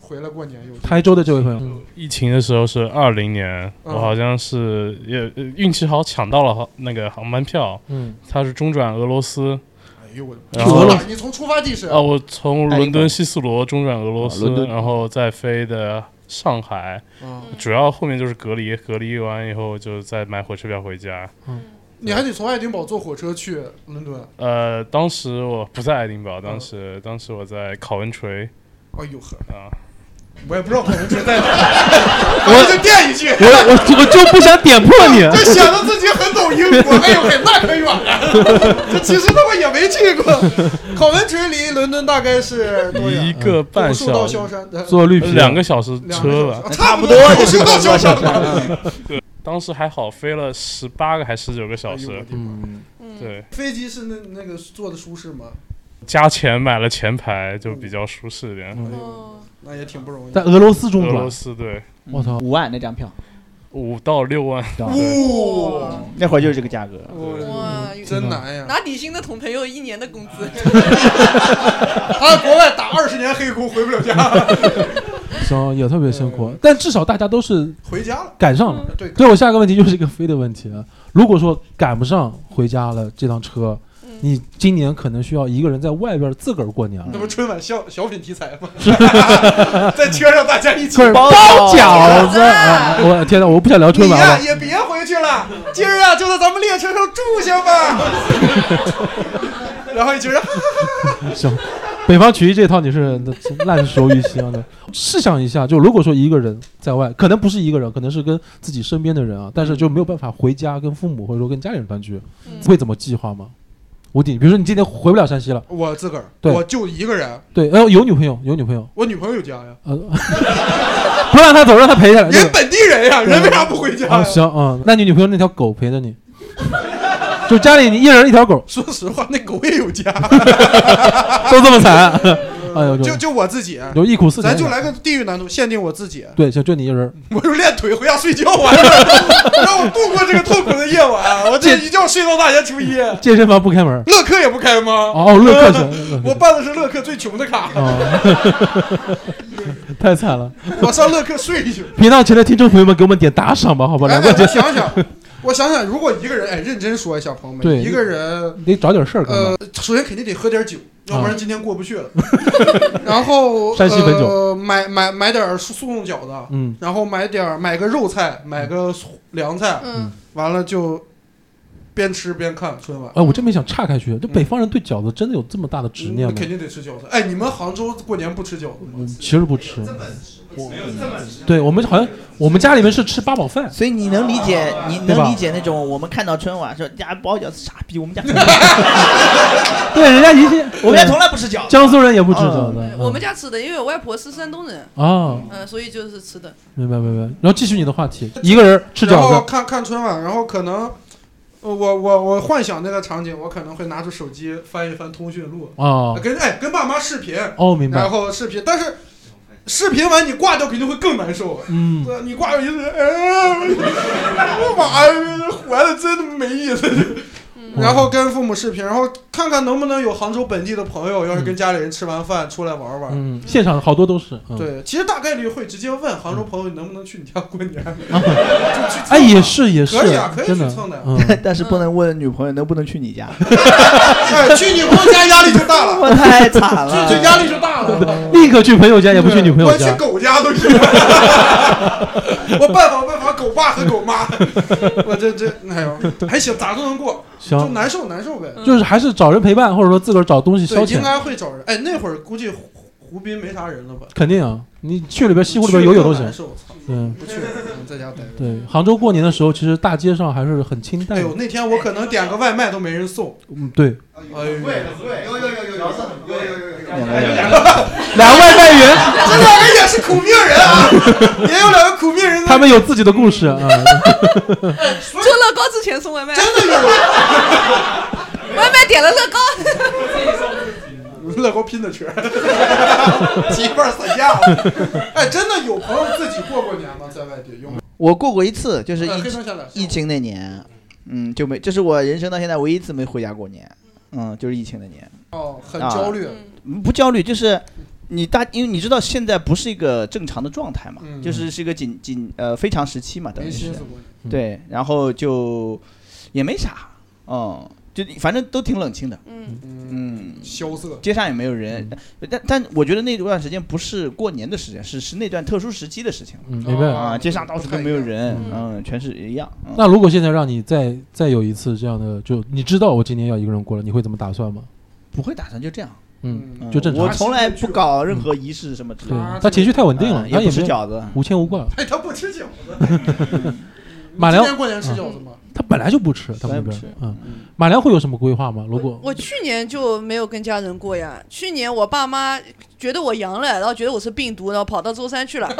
回来过年有？
台州的这位朋友，
疫情的时候是二零年，
嗯
我好像是也呃运气好抢到了航那个航班票，
嗯，
它是中转俄罗斯。
哎呦我的
然后
去俄罗斯你从出发地是
啊，我从伦敦希斯罗中转俄罗
啊伦
斯，
敦
然后再飞的上海
嗯，
主要后面就是隔离，隔离完以后就再买火车票回家。
你还得从爱丁堡坐火车去伦敦。啊
呃，当时我不在爱丁堡，当时当时我在考文垂。
哎呦呵
啊！
我也不知道我们 存在哪儿，我就垫一句。
我我我就不想点破你
这显得自己很懂英国，哎呦嘿，那可远了。这其实他妈也没 去过。考文垂离伦敦大概是多远？
一个半
从树
小
到
时
萧山，
坐绿哎皮
两个小时
两个
车
小时
吧，
啊差不多差不多就是到萧山了
对当时还好，飞了十八个还十九个小
哎
时，嗯，对，
飞机是那那个坐的舒适吗？
加钱买了前排就比较舒适一点。
嗯那也挺不容易。
在俄罗斯中转
俄罗斯对，
我操，
五万那张票，
五到六万，
哇
那会儿就是这个价格。
哇，
真难呀
拿底薪的捅朋友一年的工资。
他在国外打二十年黑工回不了家，
行，也特别辛苦，但至哦少大家都是
回家了
赶上了。
嗯对
所以我下一个问题就是一个飞的问题了。啊如果说赶不上回家了这趟车，你今年可能需要一个人在外边自个儿过年了。
那不春晚小小品题材 吗？ 在车上大家一起
可是包饺子，啊我天哪，我不想聊春
你
晚
呀
了。
也别回去了，今儿啊就在咱们列车上住下吧。 然后一群人，哈哈哈哈
行，北方曲艺这套你是烂熟于心啊的。试想一下，就如果说一个人在外，可能不是一个人，可能是跟自己身边的人啊，但是就没有办法回家跟父母或者说跟家里人团聚，会怎么计划吗？吴迪，比如说你今天回不了山西了，
我自个儿，
对
我就一个人，
对，哎、呃，有女朋友，有女朋友，
我女朋友有家呀，
呃， 不让他走，让他陪着。对
人本地人呀，人为啥不回家呀
啊，行啊、嗯那你女朋友那条狗陪着你，就家里你一人一条狗，
说实话，那狗也有家，
都这 么惨，哎呦，
就就我自己，啊
有一苦四甜
咱就来个地狱难度，限定我自己，
对，行，就你一人。
我就练腿回家睡觉完了，让我度过这个痛苦的夜晚，我这一觉睡到大年初一。
健身房不开门，
乐客也不开吗？
哦乐客行乐客
我办的是乐客最穷的卡，
哦， 太惨了。
我上乐客睡一宿。
频道前的听众朋友们，给我们点打赏吧，好吧？
哎
两，块
我
钱。
想想，我想想，如果一个人，哎，认真说一下，朋友
对
们，一个人，
得找点事儿干吧
呃，首先肯定得喝点酒，要不然今天过不去 了。然后，
山西汾酒
呃，买买买点儿速速冻饺子，
嗯
然后买点儿买个肉菜，买个凉菜，
嗯，
完了就边吃边看春晚。
哎，我真没想岔开去，就北方人对饺子真的有这么大的执念
那
吗？
肯定得吃饺子。哎，你们杭州过年不吃饺子吗？
嗯，其实不吃。
我
对我们好像我们家里面是吃八宝饭，
所以你能理解，你
对吧
能理解那种我们看到春晚说家包饺子傻逼，我们家
对人家一些
我们家从来不吃饺子啊
江苏人也不吃饺子。嗯
我们家吃的，因为我外婆是山东人，
哦
嗯，所以就是吃的。
明白明白。然后继续你的话题，一个人吃
然后
饺子，
看看春晚，然后可能。呃我我我幻想那个场景，我可能会拿出手机翻一翻通讯录
哦
跟哎跟爸妈视频
哦明白
然后视频，但是视频完你挂掉肯定会更难受，啊
嗯
对，你挂掉一次，哎，我妈呀，活的真没意思。然后跟父母视频，然后看看能不能有杭州本地的朋友，要是跟家里人吃完饭出来玩玩，
嗯，现场好多都是。嗯、。
对，其实大概率会直接问杭州朋友你能不能去你家过 年，就去蹭
哎，也 是也是，
可以啊，可以去
真的
蹭的。
嗯，
但是不能问女朋友能不能去你家，
哎，去你朋友家压力就大 了，
太惨了
这这压力就大了。
宁可去朋友家，也不去女朋友
我去
家。
狗家都行， 我拜访拜访狗爸和狗妈， 我这这哎呦，还行，咋都能过，
行
就难受难受呗，
就是还是找人陪伴，或者说自个儿找东西消
对，应
遣，
该会找人。哎，那会儿估计湖湖滨没啥人了吧？
肯定啊。你去里边西湖里边游游都
去了更
行
难受我操。
嗯，
不去了，在家待着。
对，杭州过年的时候，其实大街上还是很清
哎
淡
呦，
的。
那天我可能点个外卖都没人送。
嗯，对，
哎呦，有有有有有有有有有
两个外卖员
这两个也是苦命人啊，也有两个苦命人。啊
他们有自己的故事啊。
做乐高之前送外卖，真的有 外卖点了乐高，
乐高拼的圈，几块散架。 哎，真的有朋友自己过过年吗？在外地有吗？
我过过一次，就是
呃黑松下来
疫疫情那年，嗯，就没，这是我人生到现在唯一一次没回家过年。嗯，就是疫情那年。
哦很焦虑
啊不焦虑就是你大，因为你知道现在不是一个正常的状态嘛，
嗯
就是是一个紧紧呃非常时期嘛，等于
没
是
心思过
年
对，然后就也没啥，嗯，就反正都挺冷清的，
嗯
嗯，
萧瑟
街上也没有人，
嗯
但但我觉得那段时间不是过年的时间，是是那段特殊时期的事情，
嗯明白
啊，街上到处都没有人，嗯，全是一样，嗯
那如果现在让你再再有一次这样的，就你知道我今年要一个人过了，你会怎么打算吗？
不会打算就这样。
嗯，就正常。
我从来不搞任何仪式什么之类
对
的。
他情绪太稳定了，
嗯
他
也不
没
吃
有
饺子，
无牵无挂。
哎，他不吃饺子。
马
今
良嗯
年过年吃饺子吗？
他本来就不吃，他们
本
那
来不
边
吃
嗯，马良会有什么规划吗？如果
我去年就没有跟家人过呀，去年我爸妈觉得我阳了，然后觉得我是病毒，然后跑到舟山去了。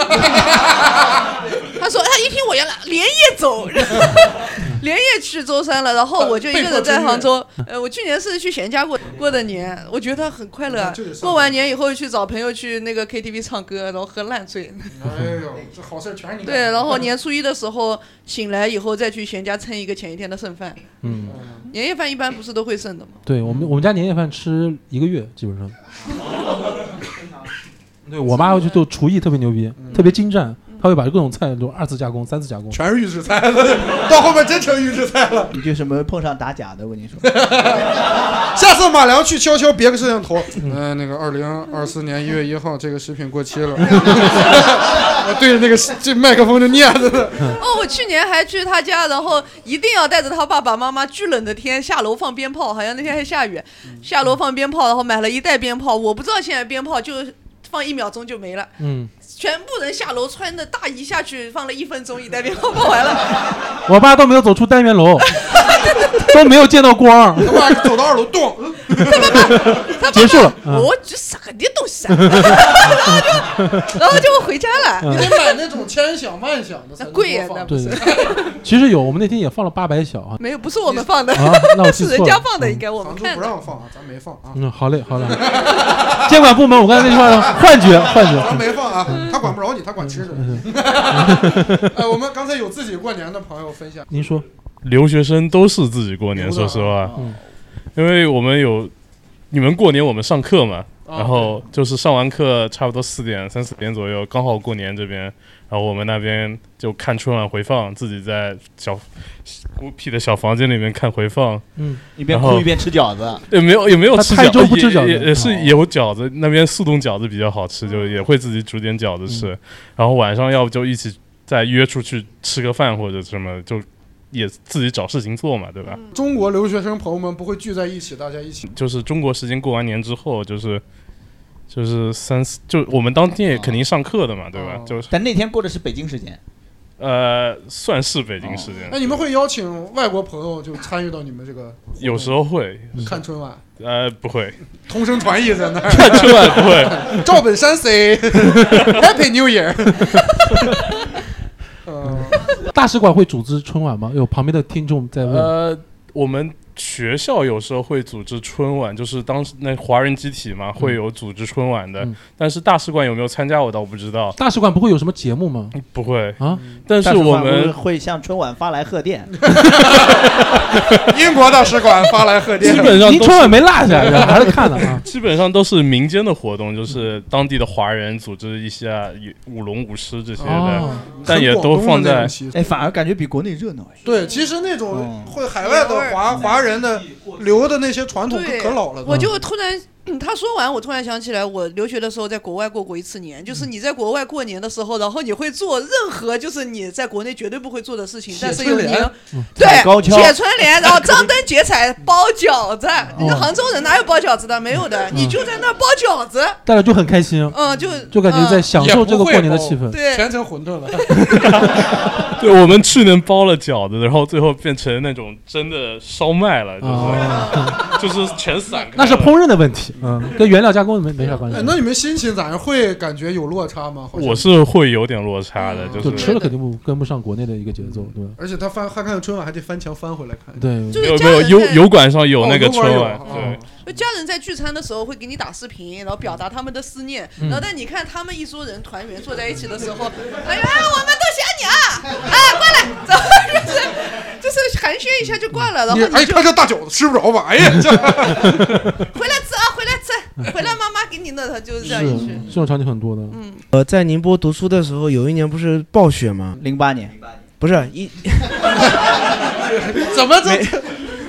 他说哎他一听我阳了，连夜走， 然后连夜去舟山了。然后我就一个人在杭州。呃，我去年是去闲家过过的年，我觉得很快乐啊。过完年以后去找朋友去那个 KTV 唱歌，然后喝烂醉。
哎呦，这好事全是你干的。
对，然后年初一的时候醒来以后再去闲家蹭一个前一天的剩饭。
嗯，
年夜饭一般不是都会剩的吗？
对我们我们家年夜饭吃一个月基本 上。对我妈就就厨艺特别牛逼，特别精湛，她会把各种菜都二次加工、三次加工，
嗯全是预制菜了，到后面真成预制菜了。
你就什么碰上打假的，我跟你说。
下次马良去悄悄别个摄像头。嗯，那个二零二四年一月一号，这个食品过期了。 我对着那个这麦克风就念着呢。
哦，我去年还去他家，然后一定要带着他爸爸妈妈，巨冷的天下楼放鞭炮，好像那天还下雨，下楼放鞭炮，然后买了一袋鞭炮，我不知道现在鞭炮就放一秒钟就没了。
嗯，
全部人下楼穿着大衣下去，放了一分钟，一袋鞭炮放完了。
我爸都没有走出单元 楼， 都没有见到光，
爸走到二楼，咚，
结束了。嗯
我这啥个的东西啊！然后就，然后就回家了。
你得买那种千想万想的才能
贵呀
多
那
放
不
对
是，
其实有，我们那天也放了八百小啊。
没有，不是我们放的，
啊那我记
是
错了
人家放的，应该我们
杭州
看
不
的。
让放啊，咱没放啊。
嗯，好嘞，好嘞。监管部门，我刚才那句话幻觉，幻
咱
觉。
没放啊，他管不着你，他管吃的。哎，我们刚才有自己过年的朋友分享，
您说，
留学生都是自己过年，说实话，因为我们有你们过年，我们上课嘛，
啊
然后就是上完课差不多四点三四点左右，刚好过年这边，然后我们那边就看春晚回放，自己在小孤僻的小房间里面看回放，
嗯
一边
然
哭
后
一边吃饺子。
也没有也没有
他
吃
台
饺
州
子，
不吃饺子哦嗯
也也也是有饺子，那边速冻饺子比较好吃，就也会自己煮点饺子吃，然后晚上要不就一起再约出去吃个饭或者什么，就也自己找事情做嘛，对吧？
嗯
中国留学生朋友们不会聚在一起，大家一起。
就是中国时间过完年之后，就是就是三四，就我们当天也肯定上课的嘛，对
哦
吧？就是
但那天过的是北京时间，
呃，算是北京时
哦
间，
那你们会邀请外国朋友就参与到你们这个
有时候会
看春晚，
呃不会，
嗯同声传译在那儿。
看春晚不会
赵本山 say Happy New Year。呃
大使馆会组织春晚吗？有旁边的听众在问。
呃，我们学校有时候会组织春晚，就是当时那华人集体
嗯
嘛，会有组织春晚的。但是大使馆有没有参加，我倒不知道。
大使馆不会有什么节目吗？
不会
啊，
但是
大使
我
馆会
们
会向春晚发来贺电。
英国大使馆发来贺电，
基本上
您
都
春
是
晚没落 下，还是看了啊。
基本上都是民间的活动，就是当地的华人组织一下舞龙舞狮这些的，
哦
但也都放在
哎，反而感觉比国内热闹 哎。
对，其实那种会海外的华华人的留的那些传统可
对，
可老了的。
我就突然。嗯他说完，我突然想起来，我留学的时候在国外过过一次年，
嗯
就是你在国外过年的时候，然后你会做任何就是你在国内绝对不会做的事情，但是有
春联
年
嗯
对
踩高跷
写春联，然后张灯结彩包饺子。
嗯
你说杭州人哪有包饺子的？没有的，你就在那儿包饺子。
大家就很开心，
呃
嗯，就
就感觉在享受这个过年的气氛。
对
全成馄饨 了。
对，我们去年包了饺子，然后最后变成那种真的烧麦了，就是、
哦
就是全散开。
那是烹饪的问题，嗯，跟原料加工没没啥关系
呃
哎。那你们心情咋样？会感觉有落差吗？好像
我是会有点落差的，就是
就吃了肯定不跟不上国内的一个节奏，对吧？
而且他翻还看春晚，还得翻墙翻回来看。
对就是
没有
家
没有
人
油
在
油管上有那个啊
哦油管
春
有
晚
哦，
对，
就家人在聚餐的时候会给你打视频，然后表达他们的思念，
嗯
然后但你看他们一桌人团哎圆坐在一起的时候，哎呀，我们都想你啊，啊，过来，走，就是就是寒暄一下就惯了，然后
你哎，
你就
看这大饺子吃不着吧？哎呀，这
回来吃啊，回来吃，回来妈妈给你弄的，就是这样一句。
这种场景很多的。
嗯，
呃，在宁波读书的时候，有一年不是暴雪吗？
零八年，
不是一，
怎么这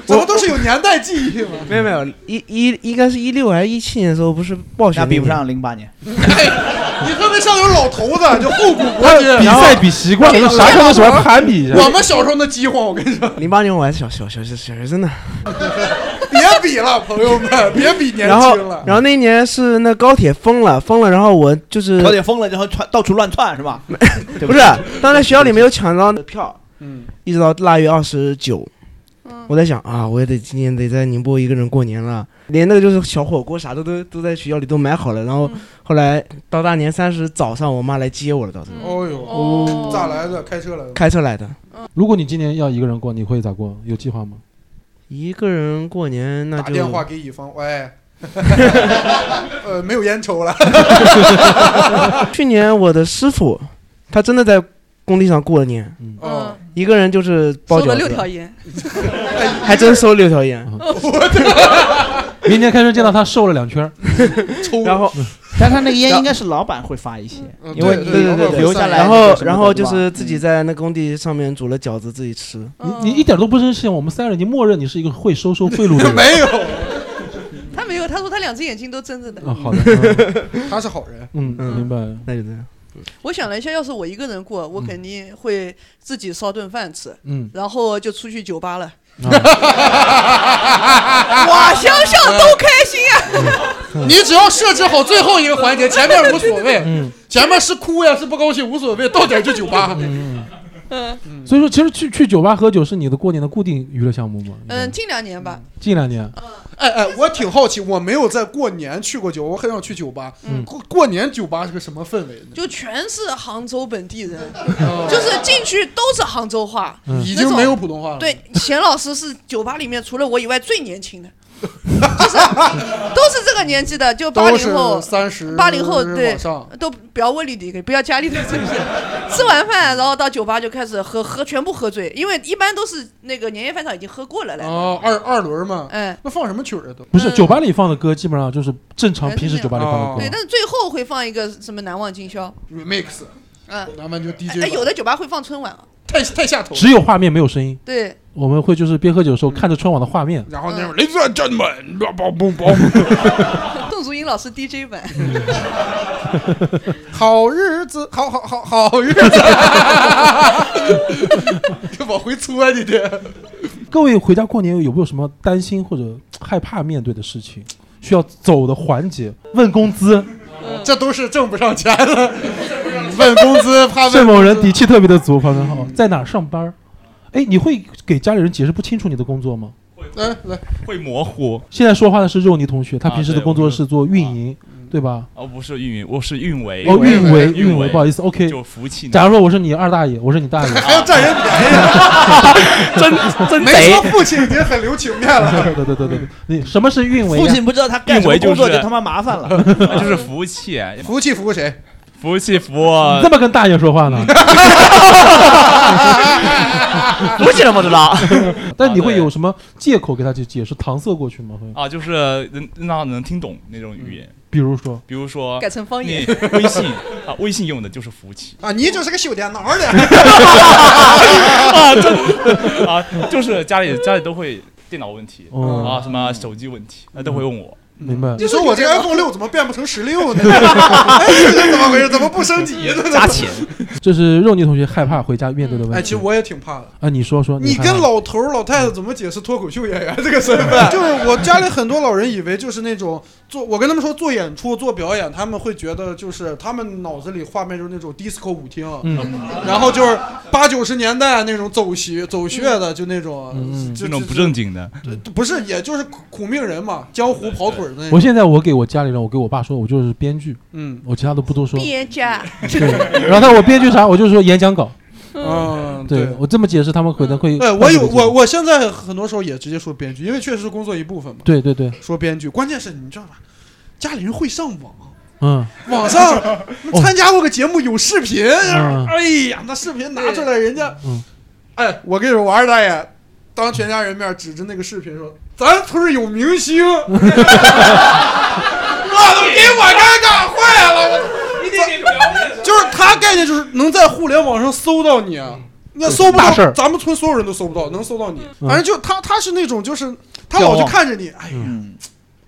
怎么都是有年代记忆吗？
没有没有，一一应该是一六还是一七年的时候，不是暴雪
那
年，
比不上零八年。
你特别像那种老头子，就厚古
他
薄今。
比赛比习惯了
然后
啥时候喜欢攀比一下啊
我们小时候那饥荒，我跟你说，
零八年我还是小小小小小学生呢。
别比了，朋友们，哦别比年
然后
轻了。
然后那一年是那高铁封了，封了，然后我就是
高铁疯了，然后窜到处乱窜是 吧？对
不是当时学校里没有抢到票，
嗯，
一直到腊月二十九。我在想啊，我也得今年得在宁波一个人过年了，连那个就是小火锅啥的都都在学校里都买好了。然后后来到大年三十早上，我妈来接我了，到时候
哦呦，咋来的？开车来的。
哎开车来的。
嗯
如果你今年要一个人过，你会咋过？有计划吗？
一个人过年那就
打电话给乙方，喂， 呃，没有烟抽 了。
去年我的师傅，他真的在工地上过年，
嗯，
一个人就是包
收
饺
了六条
子，
烟，
还真收六条烟。
明天开始见到他瘦了两圈儿，
然后，
但他那个烟应该是老板会发一些，因为
嗯对
你
对对对，
留下来
然
那个
后
什么的，
然后
对
就
吧
是自己在那工地上面煮了饺子自己吃。
你你一点都不真心，我们三人已经默认你是一个会收受贿 赂的人。
没有
他没有，他说他两只眼睛都睁着的。
啊，好的，
他是好人。
嗯，嗯，明白，
那就这样。
我想了一下，要是我一个人过，
嗯
我肯定会自己烧顿饭吃，
嗯
然后就出去酒吧了。
啊嗯
哇，想想都开心啊！
你只要设置好最后一个环节，前面无所谓，
嗯
前面是哭呀是不高兴无所谓，到点就酒吧。
嗯
嗯
所以说，其实去去酒吧喝酒是你的过年的固定娱乐项目吗？
嗯，近两年吧，
近两年，
哎哎，我挺好奇，我没有在过年去过酒，我很想去酒吧。
嗯
过过年酒吧是个什么氛围呢？
就全是杭州本地人，就是进去都是杭州话，
哦嗯已
那种
经没有普通话了
对，钱老师是酒吧里面除了我以外最年轻的，就是都是这个年纪的，就八
都
零后
是、三十
八零后对
往嗯上，
都不要问你的，不要家里的这 些。吃完饭，然后到酒吧就开始喝，喝全部喝醉，因为一般都是那个年夜饭上已经喝过了嘞。
哦，二二轮嘛，
哎，
那放什么曲儿啊都？
不是酒吧里放的歌，基本上就是正常平时酒吧里
哦
放
嗯对，
的歌。
但是最后会放一个什么难忘今宵，
remix，
嗯，
南湾就 DJ
哎，
版
有的酒吧会放春晚啊，
太太下头
只有画面没有声音。
对，
我们会就是边喝酒的时候看着春晚的画面，
嗯然后那种 Ladies and gentlemen，嘣 嘣嘣，
宋祖英老师 DJ 版，
好日子，好好好好日子， 就往回搓你这。
各位回家过年有没有什么担心或者害怕面对的事情，需要走的环节？问工资，
嗯
这都是挣不上钱 了，问工资嗯怕问
这某人底气特别的足。旁边好，在哪儿上班儿？哎，你会给家里人解释不清楚你的工作吗？
来来，
会模糊。
现在说话的是肉泥同学，
啊
他平时的
对
工作是做运营，
嗯
对吧？
哦，不是运营，我是运维。
哦，运维，
运
运
维，
维，不好意思，OK。
就服务器。
假如说我是你二大爷，我是你大爷，
还要占人便宜，没说父亲已经很留情面了。
对对对对对，你什么是运维呀？
运维就是
麻烦了
就是服务器，
服务器服务谁？
服务器服务啊
你这么跟大爷说话呢？
不起来不知道。
但你会有什么借口给他去解释搪塞过去吗？会，
啊，就是能让能听懂那种语言。
嗯比如说，
比如说
改成方言
你微信啊，微信用的就是服务器
啊，你就是个小电脑的，
啊，真的啊，就是家里家里都会电脑问题
哦嗯
啊，什么手机问题，那都会问我。
明白？
你说我这 iPhone 六怎么变不成十六 呢？哎，这是怎么回事？怎么不升级呢？
加钱。
这是肉泥同学害怕回家面对的问题。
哎，其实我也挺怕的。
啊，你嗯说说，
你
害怕
跟老头儿老太太怎么解释脱口秀演员这个身 份？就是我家里很多老人以为就是那种做，我跟他们说做演出、做表演，他们会觉得就是他们脑子里画面就是那种 disco 舞厅，
嗯
然后就是八九十年代那种走穴走穴的，就那种，
嗯
就
这种不正经的，
不是，也就是苦苦命人嘛，江湖跑腿儿的那种。
我现在我给我家里人，我给我爸说，我就是编剧，
嗯，
我其他都不多说。
别家，
对， 然后他我编剧啥，我就说演讲稿。
嗯
对
对
我这么解释，他们可能会。
对，我有我我现在很多时候也直接说编剧，因为确实是工作一部分嘛。
对对对，
说编剧，关键是你知道吧，家里人会上网。
嗯，
网上参加过个节目有视频，
嗯
哎呀，那视频拿出来，人家，
嗯
哎，我跟你说，我二大爷当全家人面指着那个视频说：“咱村儿有明 星。”我都给我尴尬坏了。你得给就是他概念就是能在互联网上搜到你啊，那搜不
嗯大事
到，
儿
咱们村所有人都搜不到，能搜到你。
嗯
反正就他他是那种就是他
骄
老
傲
是看着你，哎
嗯，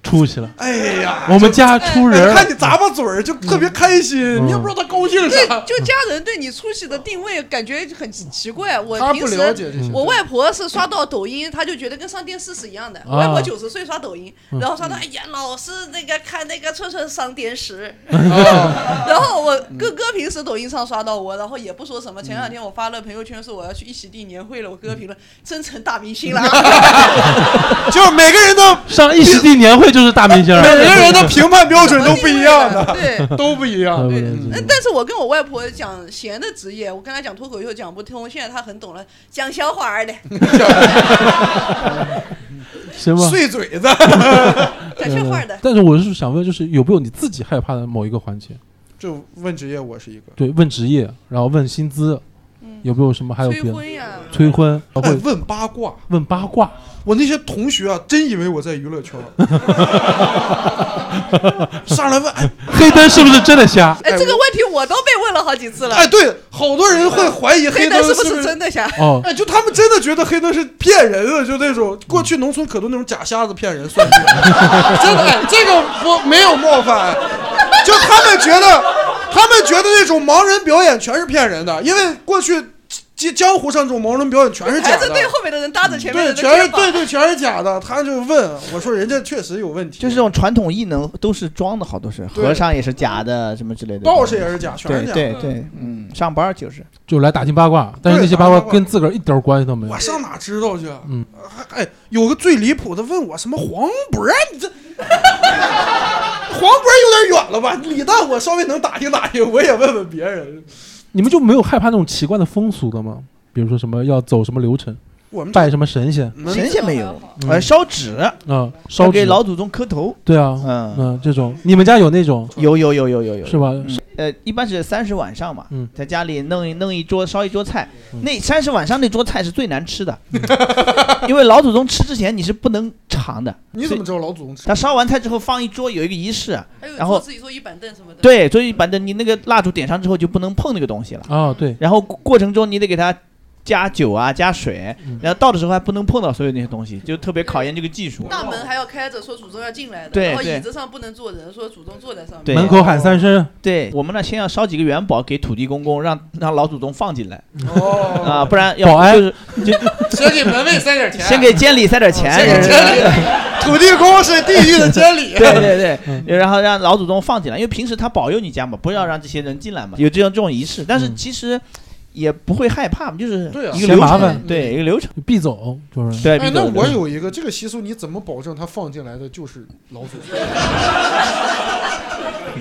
出息了，
哎呀，
我们家出人
哎
儿，
看你咂巴嘴儿就特别开心，
嗯
你也不知道他高兴
对
啥，。
就家人对你出息的定位感觉很奇奇怪。我
他
平
不了解
时
这些
我外婆是刷到抖音，她就觉得跟上电视是一样的。我外婆
啊
九十岁刷抖音，
嗯
然后刷到哎呀，老是那个看那个春春上电视。
哦
然后我哥哥平时抖音上刷到我，然后也不说什么。前两天我发了朋友圈说我要去一席地年会了，我哥哥评论真成大明星了。
就是每个人的
上一十地年会就是大明星儿，
每个人的评判标准都不一样的，
对
都不一样。
对
嗯，但是我跟我外婆讲闲的职业，我跟她讲脱口秀讲不通，现在她很懂了，讲笑 话儿的，
行吧，
碎嘴子
讲笑话儿的。
但是我是想问，就是有没有你自己害怕的某一个环节？
就问职业，我是一个。
对，问职业，然后问薪资，
嗯
有没有什么还有别的？
催婚呀
催婚，然
哎
后
问八卦，
啊问八卦。
我那些同学啊，真以为我在娱乐圈儿，上来问，哎，
黑灯是不是真的瞎？
哎，这个问题我都被问了好几次了。嗯
哎，对，好多人会怀疑
黑
灯
是不
不
是真的瞎？
哦
哎，就他们真的觉得黑灯是骗人的，就那种过去农村可多那种假瞎子骗人算 计，真的，哎，这个我没有冒犯，就他们觉得，他们觉得那种盲人表演全是骗人的，因为过去江江湖上这种盲人表演全是假
还
的
是，对后面的人搭着前面的
对，
人的
全是
肩膀
对对，全是假的。他就问我说，人家确实有问题，
就是这种传统艺能都是装的，好多是
对
和尚也是假的，什么之类的，
道士也是假全是
对
假
对
的
对，嗯，上班儿就是
就来打听八卦，但是那些八卦跟自个儿一点儿关系都没有
我。上哪知道去啊？
嗯，
哎，有个最离谱的问我什么黄渤，啊你这黄渤有点远了吧？李诞我稍微能打听打听，我也问问别人。
你们就没有害怕那种奇怪的风俗的吗？比如说什么要走什么流程
我们，
拜什么神仙？
神仙没有，
嗯
呃，烧纸，
嗯烧纸
给老祖宗磕头，
对啊，
嗯
这种你们家有那种？
有有有有有有
是吧？
呃，一般是三十晚上嘛
嗯，
在家里弄一弄一桌烧一桌菜，那三十晚上那桌菜是最难吃的，嗯 因为老祖宗吃之前你是不能尝的。
你怎么知道老祖宗吃？
他烧完菜之后放一桌有一个仪式，啊然后
自己坐一板凳什么的。
对，所以反正你那个蜡烛点上之后就不能碰那个东西了。
啊，对，
然后过过程中你得给它加酒啊，加水，
嗯
然后倒的时候还不能碰到所有那些东西，就特别考验这个技术。
大门还要开着，说祖宗要进来的，
对
然后
对
椅子上不能坐人，说祖宗坐在上
对，
面。
门口喊三声。
对我们呢，先要烧几个元宝给土地公公，让让老祖宗放进来。
哦
啊，不然要
保安
就是就
先给门卫塞点钱啊
先给监理塞点钱，
先给监理 土地公是地狱的监理
对对对，然后让老祖宗放进来，因为平时他保佑你家嘛，不要让这些人进来
嗯
嘛，有这种这种仪式，但是其实也不会害怕嘛，就是
对啊
一个流
嫌麻
程
烦，
对一个流程，
必走就是
对，
哎，
必
那
走
我有一个这个习俗，你怎么保证他放进来的就是老祖宗？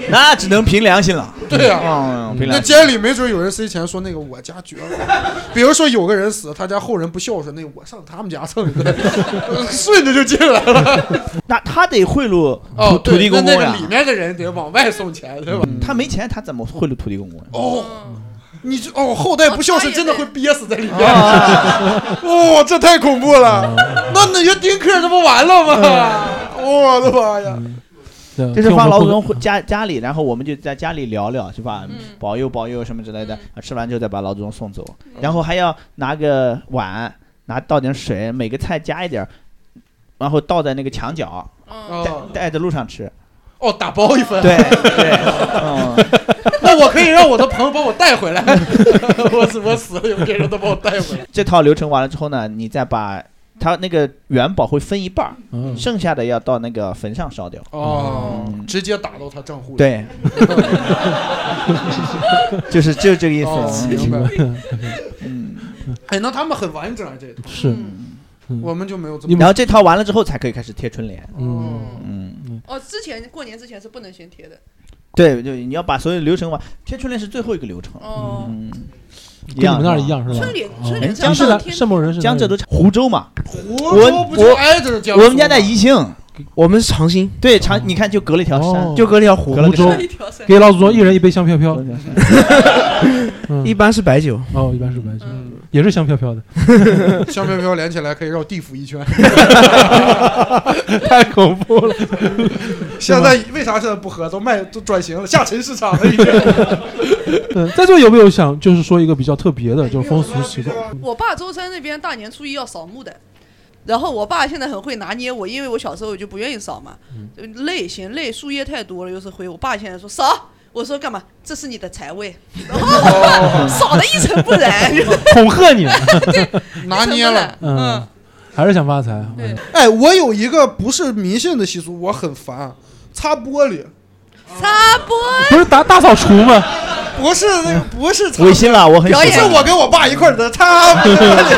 那只能凭良心了，
对呀、
嗯凭
那
良心。
监理没准有人塞钱说那个我家绝了， 比如说有个人死，他家后人不孝顺，那我上他们家蹭一顿， 呃顺着就进来了。
那他得贿赂
哦，
土土地公公
对那
呀
那个里面的人得往外送钱，对吧？
他没钱，他怎么贿赂土地公公呀？
哦，你这哦，后代不孝顺，真的会憋死在里面。
啊
哦，这太恐怖了，那那些丁克这不完了吗？
嗯
我的妈呀！
对啊
就是
听我
放
们
老
后
祖宗家家里，然后我们就在家里聊聊，是吧？保佑保佑什么之类的，啊吃完之后再把老祖宗送走，然后还要拿个碗，拿倒点水，每个菜加一点儿，然后倒在那个墙角，带
哦
带在路上吃。
哦，打包一份。
对 对，嗯，
那我可以让我的朋友帮我带回来。 我死我死了，有别人都帮我带回来。
这套流程完了之后呢，你再把它那个元宝会分一半儿，
嗯
剩下的要到那个坟上烧掉。
哦，直接打到他账
嗯
户里。
对 就是就是这个意思
哦明白。
嗯，
哎，那他们很完整啊，这套
是，
嗯
我们就没有这么。
然后这套完了之后才可以开始贴春联。
嗯
嗯，
哦，之前过年之前是不能先贴的。
对对，你要把所有流程完，贴春联是最后一个流程。
哦，
嗯，
跟你们那儿一样是吧？
春联
哦
春
哎
联
你是
江浙
南
天
圣某人是哪
江浙
里
都湖州嘛，
湖
我
州不就挨着江
我
苏
我们家在宜兴，
我们是长兴，
对长，你看就隔了一条
哦
山，
就隔了条湖，
隔了个山
给老祖宗一人一杯香飘飘，
嗯
嗯
一般是白酒嗯
哦，一般是白酒，也是香飘 飘的。，
香飘飘连起来可以绕地府一圈
太恐怖了
现在为啥现在不喝？都卖都转型了，下沉市场了已经。
嗯，在座有没有想就是说一个比较特别的，就是嗯风俗习惯？
我爸舟山那边大年初一要扫墓的，然后我爸现在很会拿捏我，因为我小时候我就不愿意扫嘛，
嗯
就累嫌累，树叶太多了，又是灰。我爸现在说扫，我说干嘛？这是你的财位，然后我
哦
爸 扫的一尘不 染。
恐 吓你，
拿捏了。
嗯，还是想发财。
哎，我有一个不是迷信的习俗，我很烦，擦玻璃。
擦玻璃
不是打大扫除吗？
不是那个，不是擦
违心了我很喜欢
不是我跟我爸一块儿在擦玻 璃，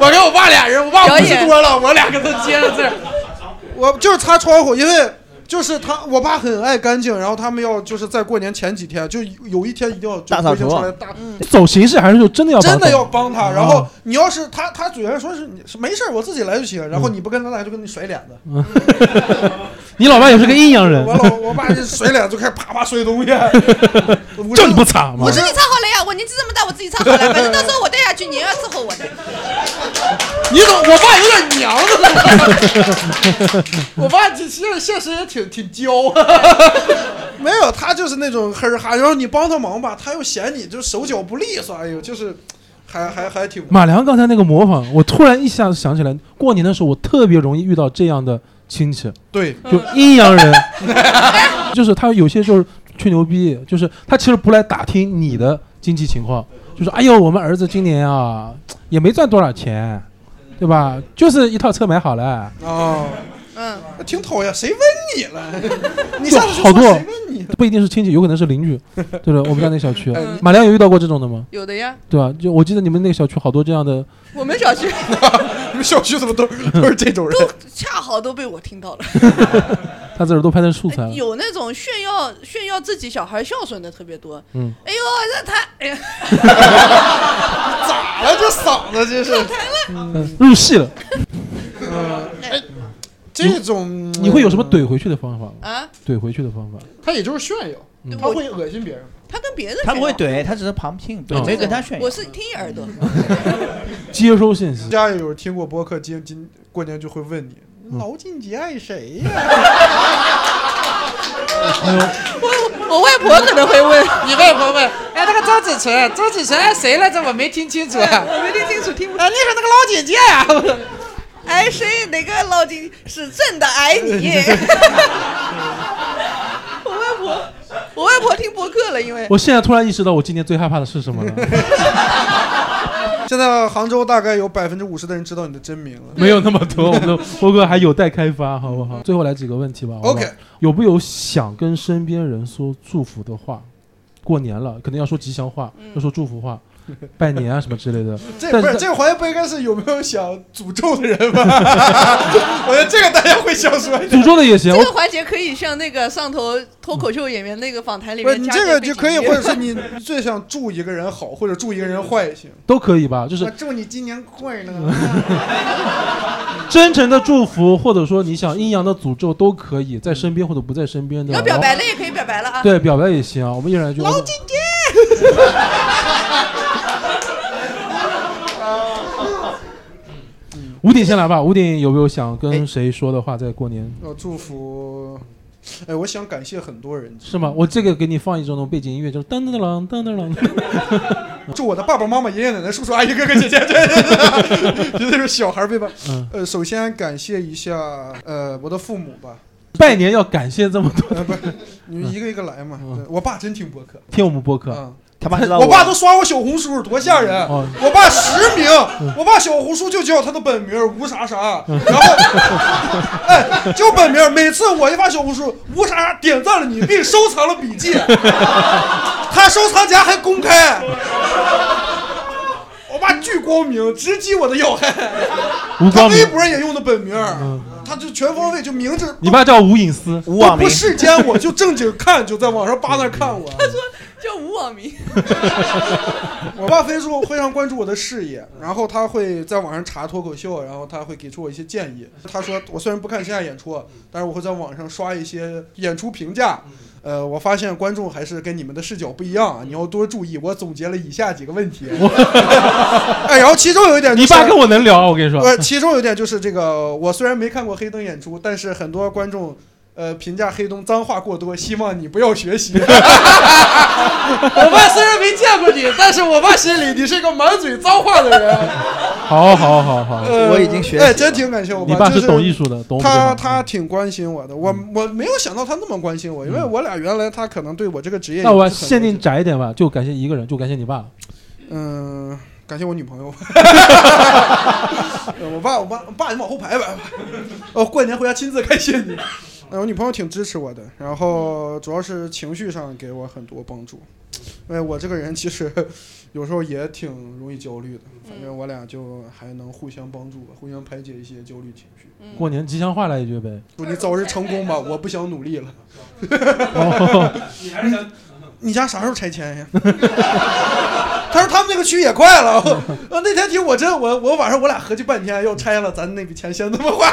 我跟我爸俩人，我爸
表
五
演
十多了，我俩跟他接着字儿，我就是擦窗户，因为。就是他，我爸很爱干净，然后他们要就是在过年前几天，就有一天一定要就
大扫
规定
除
出来大
走形式还是就真的要
嗯
把
真的
它
要帮他。然
哦
后你要是他，他嘴上说是你是没事儿我自己来就行。然
嗯
后你不跟他来，就跟你甩脸子。
你老爸也是个阴阳人，
我老我爸这甩脸就开始啪啪摔东西。啊
就你不擦吗
我？说你擦好了呀，啊我年纪这么大，我自己擦好了，反正到时候我带下去，你要伺候我的。
你怎么？我爸有点娘子了。 我爸这现现实也挺挺娇。啊 没有，他就是那种嘿儿哈，然后你帮他忙吧，他又嫌你就手脚不利索。哎呦，就是还还还挺
马良刚才那个模仿，我突然一下子想起来，过年的时候我特别容易遇到这样的亲戚，
对嗯
就阴 阳人，就是他有些就是吹牛逼，就是他其实不来打听你的经济情况，就说哎呦，我们儿子今年啊也没赚多少钱，对吧？就是一套车买好了，
哦，嗯，挺讨厌，谁问你了？你
就
上次
好
说
多
谁问哎你？
不一定是亲戚，有可能是邻 居，对不对？我们家那小区，马良有遇到过这种的吗？
嗯有的呀，
对吧？就我记得你们那个小区好多这样的，
我们小区
你们小区怎么都 都是这种人？
恰好都被我听 到了。
他这耳都拍成素材了。
哎有那种炫耀炫耀自己小孩孝顺的特别多。
嗯，
哎呦，这他，哎呀，
咋了？这嗓子这是。
嗯入戏了。
嗯，哎，这种
你会有什么怼回去的方法吗？
啊，
怼回去的方法，
他也就是炫耀，他会恶心别人。
他跟别人
他不会
炫耀
怼，他只是旁听，对，
嗯
没跟他炫耀
我。是听一耳朵。
接收信息。
家里有人听过播客，今今过年就会问你，
嗯
老晋级爱谁呀？
我我外婆可能会问，
你外婆问，哎，那个周子淳，周子淳爱谁来着？我没听清楚、啊
我没听清楚，听不
哎，你说那个老姐姐呀、
啊
哎，谁哪个老金是真的爱 你？我外婆，我外婆听播客了，因为
我现在突然意识到我今年最害怕的是什么 了，
现在杭州大概有百分之五十的人知道你的真名了。
没有那么多，我们的博客还有待开发，好不好？最后来几个问题吧。好不
嗯
好
OK
有没有想跟身边人说祝福的话？过年了，肯定要说吉祥话，
嗯
要说祝福话，拜年啊什么之类的
。这
但
不是这个环节不应该是有没有想诅咒的 人吗？我觉得这个大家会想说一点。
诅咒的也行
这个环节可以像那个上头脱口秀演员那个访谈里
不是
面
你
加
这
点
个
背
就
景
可以，
音
或者是你最想祝一个人好，或者祝一个人坏也行。
都可以吧，就是
我祝你今年快 乐。
真诚的祝福，或者说你想阴阳的诅咒都可以，在身边或者不在身边的。
要表白的也可以表白了啊。
对，表白也行啊。我们一人来一句。
老金姐，
吴鼎先来吧，吴鼎有没有想跟谁说的话在过年？
要祝福，哎，我想感谢很多人，
是吗？我这个给你放一种那种背景音乐，就是噔噔噔啷噔噔啷。
祝我的爸爸妈妈、爷爷奶奶、叔叔阿姨、哥哥姐姐，这这这是小孩辈吧？
嗯
呃，首先感谢一下呃我的父母吧，
拜年要感谢这么多，
你们一个一个来嘛。对我爸真听播客，
听我们播客。
他爸知
我爸都刷我小红书，多吓人！
哦嗯
我爸实名，我爸小红书就叫他的本名吴啥啥，然后，哎，就本名。每次我一发小红书，吴啥啥点赞了你，并收藏了笔记， 他收藏夹还公开。我爸巨光明，直击我的要害。
吴
他
光明嗯
微博也用的本名，他就全方位，就明着
你爸叫吴隐私，
吴
都不世间，我就正经看，就在网上扒那看我。他说
就无网民。
我爸非说非常关注我的事业，然后他会在网上查脱口秀，然后他会给出我一些建议。他说我虽然不看线下演出，但是我会在网上刷一些演出评价。呃，我发现观众还是跟你们的视角不一样，啊你要多注意。我总结了以下几个问题，哎，然后其中有一点、
你
就是，
爸跟我能聊，我跟你说。
呃，其中有一点就是这个，我虽然没看过黑灯演出，但是很多观众。呃，评价黑灯脏话过多，希望你不要学习。 我爸虽然没见过你，但是我爸心里你是个满嘴脏话的人。
好好好好，
呃哎，真挺感谢我
你
爸
爸
就是
懂艺术的，懂我们
他
这嗯行
他挺关心我的，我我没有想到他那么关心我，因为我俩原来他可能对我这个职业也
嗯那
不
我
是很
限定窄一点吧，就感谢一个人，就感谢你爸。
嗯、感谢我女朋 友。呃我爸我爸我爸你往后排吧，哦，过年回家亲自感谢 你。呃，我女朋友挺支持我的，然后主要是情绪上给我很多帮助，因为我这个人其实有时候也挺容易焦虑的，反正我俩就还能互相帮助吧，互相排解一些焦虑情绪。
过年吉祥话来一句呗。
祝你早日成功吧！我不想努力了。
你
还是想？ 你家啥时候拆迁呀？ 他说他们那个区也快了。 我那天听我真我我晚上我俩合计半天，要拆了，咱那笔钱先这么花。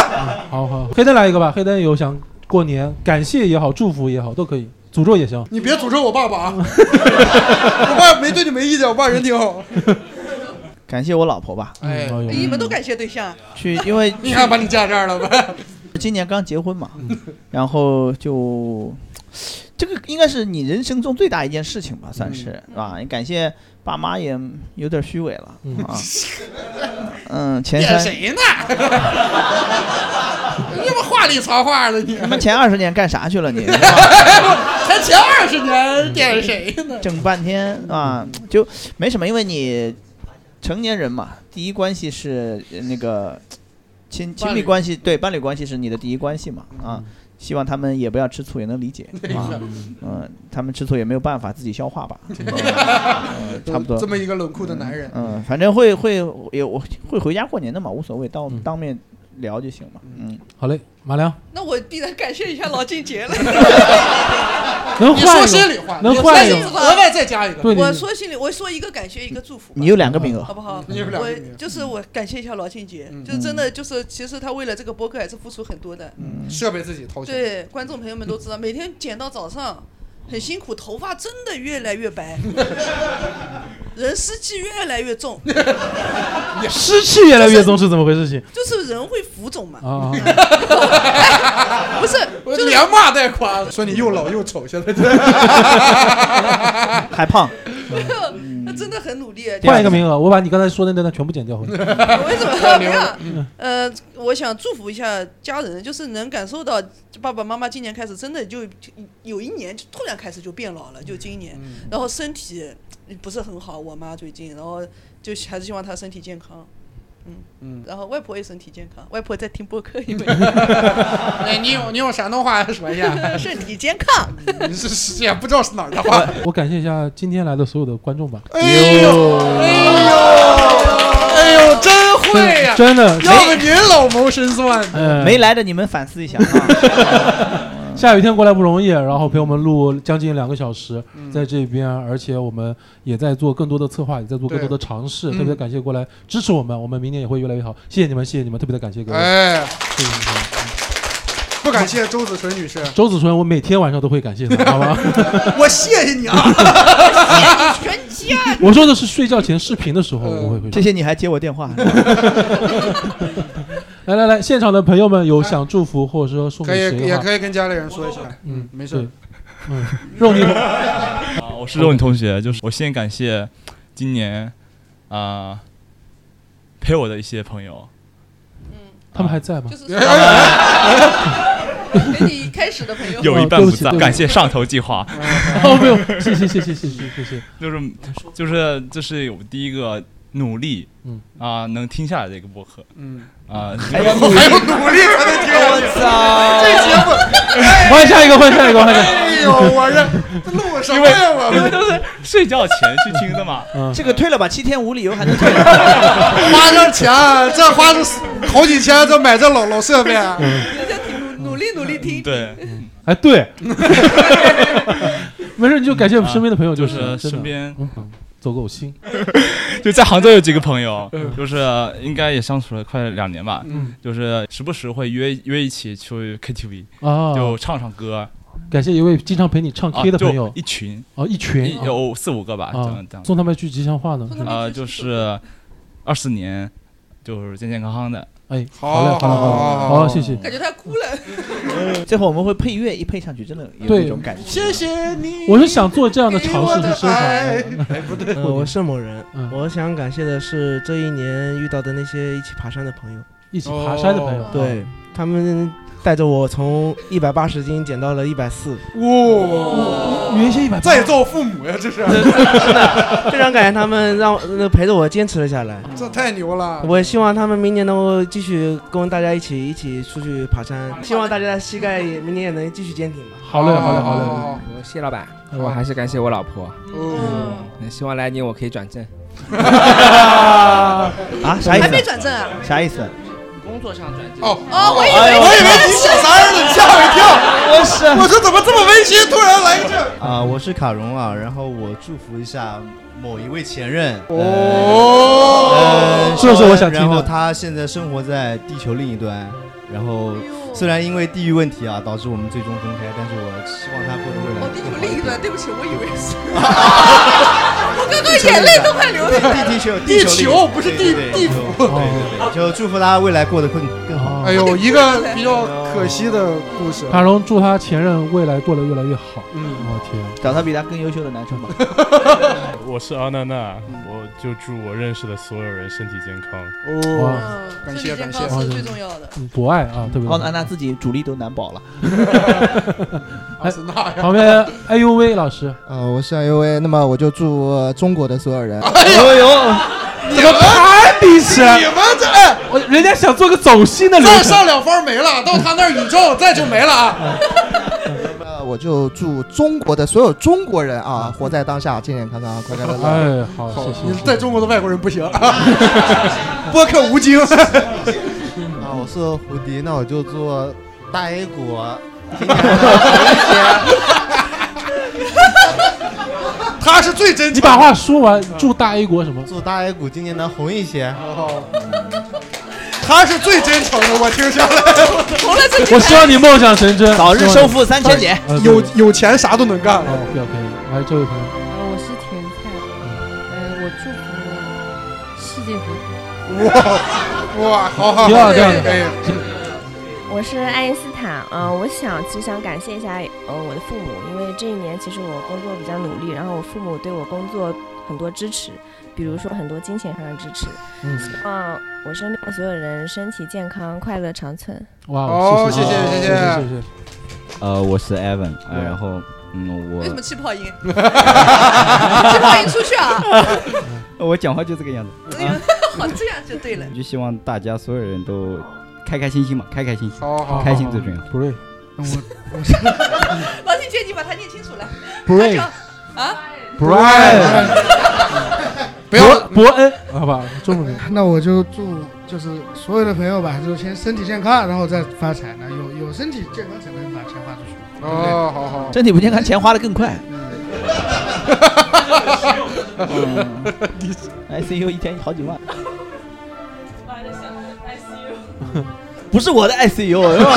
好好，黑灯来一个吧。黑灯有想过年感谢也好，祝福也好，都可以，诅咒也行。
你别诅咒我爸爸啊！ 我爸没对你没意见，我爸人挺好。
感谢我老婆吧。
哎呦
你们都感谢对象，啊
去，因为
你看把
你架这儿了吧？
今年刚结婚嘛，
嗯
然后就这个应该是你人生中最大一件事情吧，算
嗯
是啊。你感谢爸妈也有点虚伪了 啊。嗯， 前
点
三
谁 呢？你怎么话里藏话的你？
他 妈前二十年干啥去了 你？
才前二十年点谁呢？
整半天啊，就没什么，因为你成年人嘛，第一关系是呃那个亲亲
伴
密
侣嗯
关系，对伴侣关系是你的第一关系嘛啊。希望他们也不要吃醋，也能理解啊
是。
嗯，他们吃醋也没有办法，自己消 化吧。嗯 差不多。
这么一个冷酷的男人，
嗯，反正会会也我会回家过年的嘛，无所谓，当当面聊就行嘛。嗯，
嗯好嘞，马良，
那我必然感谢一下老金杰了。
能
你
换
说
一个
心里话，
能
你
换
说
一
心
个
里话
额外再加一个对
我
你
说心里，我说一个感谢，一个祝福吧。
你有两个名额
好不好？
你有两个名
我就是我感谢一下老金杰，就是真
嗯
的就是，其实他为了这个播客还是付出很多的。
设备自己掏钱。
对，观众朋友们都知道，每天剪到早
嗯
上很辛苦，头发真的越来越 白，人湿气越来越重，
湿气越来越重是怎么回事？情
就是人会浮肿嘛。哎
啊，
不 是，就是
连骂带夸了，说你又老又丑，现在真
还胖。
他真的很努力。啊
换一个名额，我把你刚才说的那段全部剪掉回来。
为 什么不要？
嗯
呃，我想祝福一下家人，就是能感受到爸爸妈妈今年开始真的就有一年就突然开始就变老了，
嗯
就今年，然后身体不是很好，我妈最近，然后就还是希望她身体健康。嗯
嗯
然后外婆也身体健康，外婆在听播客，因为
哎你用你用山东话说一 下
身体健康。
你是是也不知道是哪儿的话。
我感谢一下今天来的所有的观众吧。
哎呦，哎呦，真会呀！
真的
要不您老谋深算呢。
嗯
没来的你们反思一下啊。
下雨天过来不容易，然后陪我们录将近两个小时，
嗯
在这边，而且我们也在做更多的策划，也在做更多的尝试。
对嗯
特别感谢过来支持我们，我们明年也会越来越好。谢谢你们，谢谢你们，特别的感谢各位。
哎
谢谢你们。
不感谢周子纯女士，
周子纯，我每天晚上都会感谢的，好吗？
我谢谢你啊！
全家
我说的是睡觉前视频的时候，我会会。
谢嗯谢你还接我电话。
来来来，现场的朋友们有想祝福或者说送给
可以，
谁
也
的话，
可以跟家里人说一下。嗯，没事
对。嗯，肉泥
啊，我是肉你同学，就是我先感谢今年啊、陪我的一些朋友，
他们还在吗？
给你开始的朋 友
有一半
哦对
不
不起
在，
对不起
感谢上头计划。
哦，没有，谢谢谢谢谢谢谢谢。
就是就是这是我第一个努力，
嗯
啊、能听下来的一个播客，
嗯
啊、
还有努力还有努力才能听下去我操这节目哎
换下一个，换下一个，换下一个。
哎呦，我这录 什么呀？ 我
因为都是睡觉前去听的嘛。
嗯这
嗯
个退了吧，七天无理由 还能退。
花这钱，这花这好几千，这买这老老设备，
啊
嗯
努力努力听。
对，
哎，对， 没事，你就感谢身边的朋友
啊就
行了
是
真的
身边
嗯走狗心，
就在杭州有几个朋友
嗯，
就是应该也相处了快两年吧
嗯，
就是时不时会约约一起去 KTV，
哦
就唱唱歌。
感谢一位经常陪你唱
啊
K 的
就
朋友，
一群
哦，一群
一有四五个吧，这
啊
样这样。
送他们去吉祥话呢，啊是吧
呃，就是二十年，就是健健康康的。
哎好嘞好嘞好嘞好嘞好好谢谢
感觉他哭了。
这嗯会儿我们会配乐，一配上去真的有
对
一种感觉。
谢谢你
我是想做这样的尝试
给我的
是
爱
生活。
呃我是某人，我想感谢的是这一年遇到的那些一起爬山的朋友，
一起爬山的朋友哦
对他们带着我从一百八十斤减到了一百四，
哇
原先一百
再造父母呀，这 是，
非常感谢他们让我呃陪着我坚持了下来。
这太牛了。
我希望他们明年能够继续跟大家一起一起出去爬山，希望大家的膝盖也明年也能继续坚挺吧。
好嘞好嘞嗯好嘞好
我哦谢老板，我还是感谢我老婆。嗯，希望来年我可以转 正。
啊啥意思啊还没
转正啊
啥意思？
工作上转正。
哦
哦，我以
哎
为
呦
我
我以为
你
你
小
小
三
三
儿
儿
呢，
呢
吓
吓
我
我
一
一
跳。
跳
我是我说怎么这么温馨，突然来一句。
啊、我是卡戎啊，然后我祝福一下某一位前任。
哦
呃
哦这是我想听的
然后他现在生活在地球另一端，然后
哎
虽然因为地域问题啊，导致我们最终分开，但是我希望他过得未来。
哦，地球另一端，对不起，我以为 是。
我
我刚刚眼泪都快流出来了。
地球，
地
球另一
球
端，
不是
对对
地地
对对对对，就祝福他未来过得更更好。
哎 呦，一个比较可惜的故事。
卡荣祝他前任未来过得越来越好。嗯，我天，
找他比他更优秀的男生吧。
我是阿娜娜，我就祝我认识的所有人身体健康。
哇
哦感谢
身
感谢
体健康是最重要的。
嗯博爱啊对不对
奥娜娜哦自己主力都难保 了。
哎 旁边哎呦喂老师，
呃，我是 I U A，那么我就祝呃中国的所有人，
哎呦呦，你们攀比起来，
你们这哎，
啊我人家想做个走心的流
再上
程，
两番没了，到他那儿宇宙再就没了啊。
呃，我就祝中国的所有中国人啊，活在当下，健健康康，快快乐乐。
哎好谢谢
你在中国的外国人不行， 播客无精。
啊，我是胡迪，那我就做大 A 股。
他是最真，
你把话说完，祝大 A 国什么？哦
祝大 A 股今年能红一些。
他是最真诚的，我听下来。
红了这
我希望你梦想成真，
早日收复三千年
有有钱啥都能干。
呃哦，比较可以。来，这位朋友，
呃，我是甜菜，呃，我祝福世界和平。
哇哇，好好好，哎
第二
可以
这样的
可以。
我是爱因斯坦，嗯、我想其实想感谢一下，呃，我的父母，因为这一年其实我工作比较努力，然后我父母对我工作很多支持，比如说很多金钱上的支持，
嗯
希望我身边的所有人身体健康，快乐长存。
哇，哦谢
哦谢谢谢谢
谢谢。
呃，我是 Evan，呃，然后嗯，我
为什么气泡 音？气泡音出去啊！ 哎
我讲话就这个样子，啊、
好，这样就对了。
就希望大家所有人都开开心心嘛，开开心心，
好好
开心最重要。
不累，
王俊杰，你把它念清楚了。
Brave
啊
Brian
不要
伯恩，好吧，中文名。
那我就祝就是所有的朋友吧，就先身体健康，然后再发财呢。有有身体健康才能把钱花出去。对不对
哦，好好。
身体不健康，钱花的更快。ICU 一天好几万，不是我的 ICU，是吧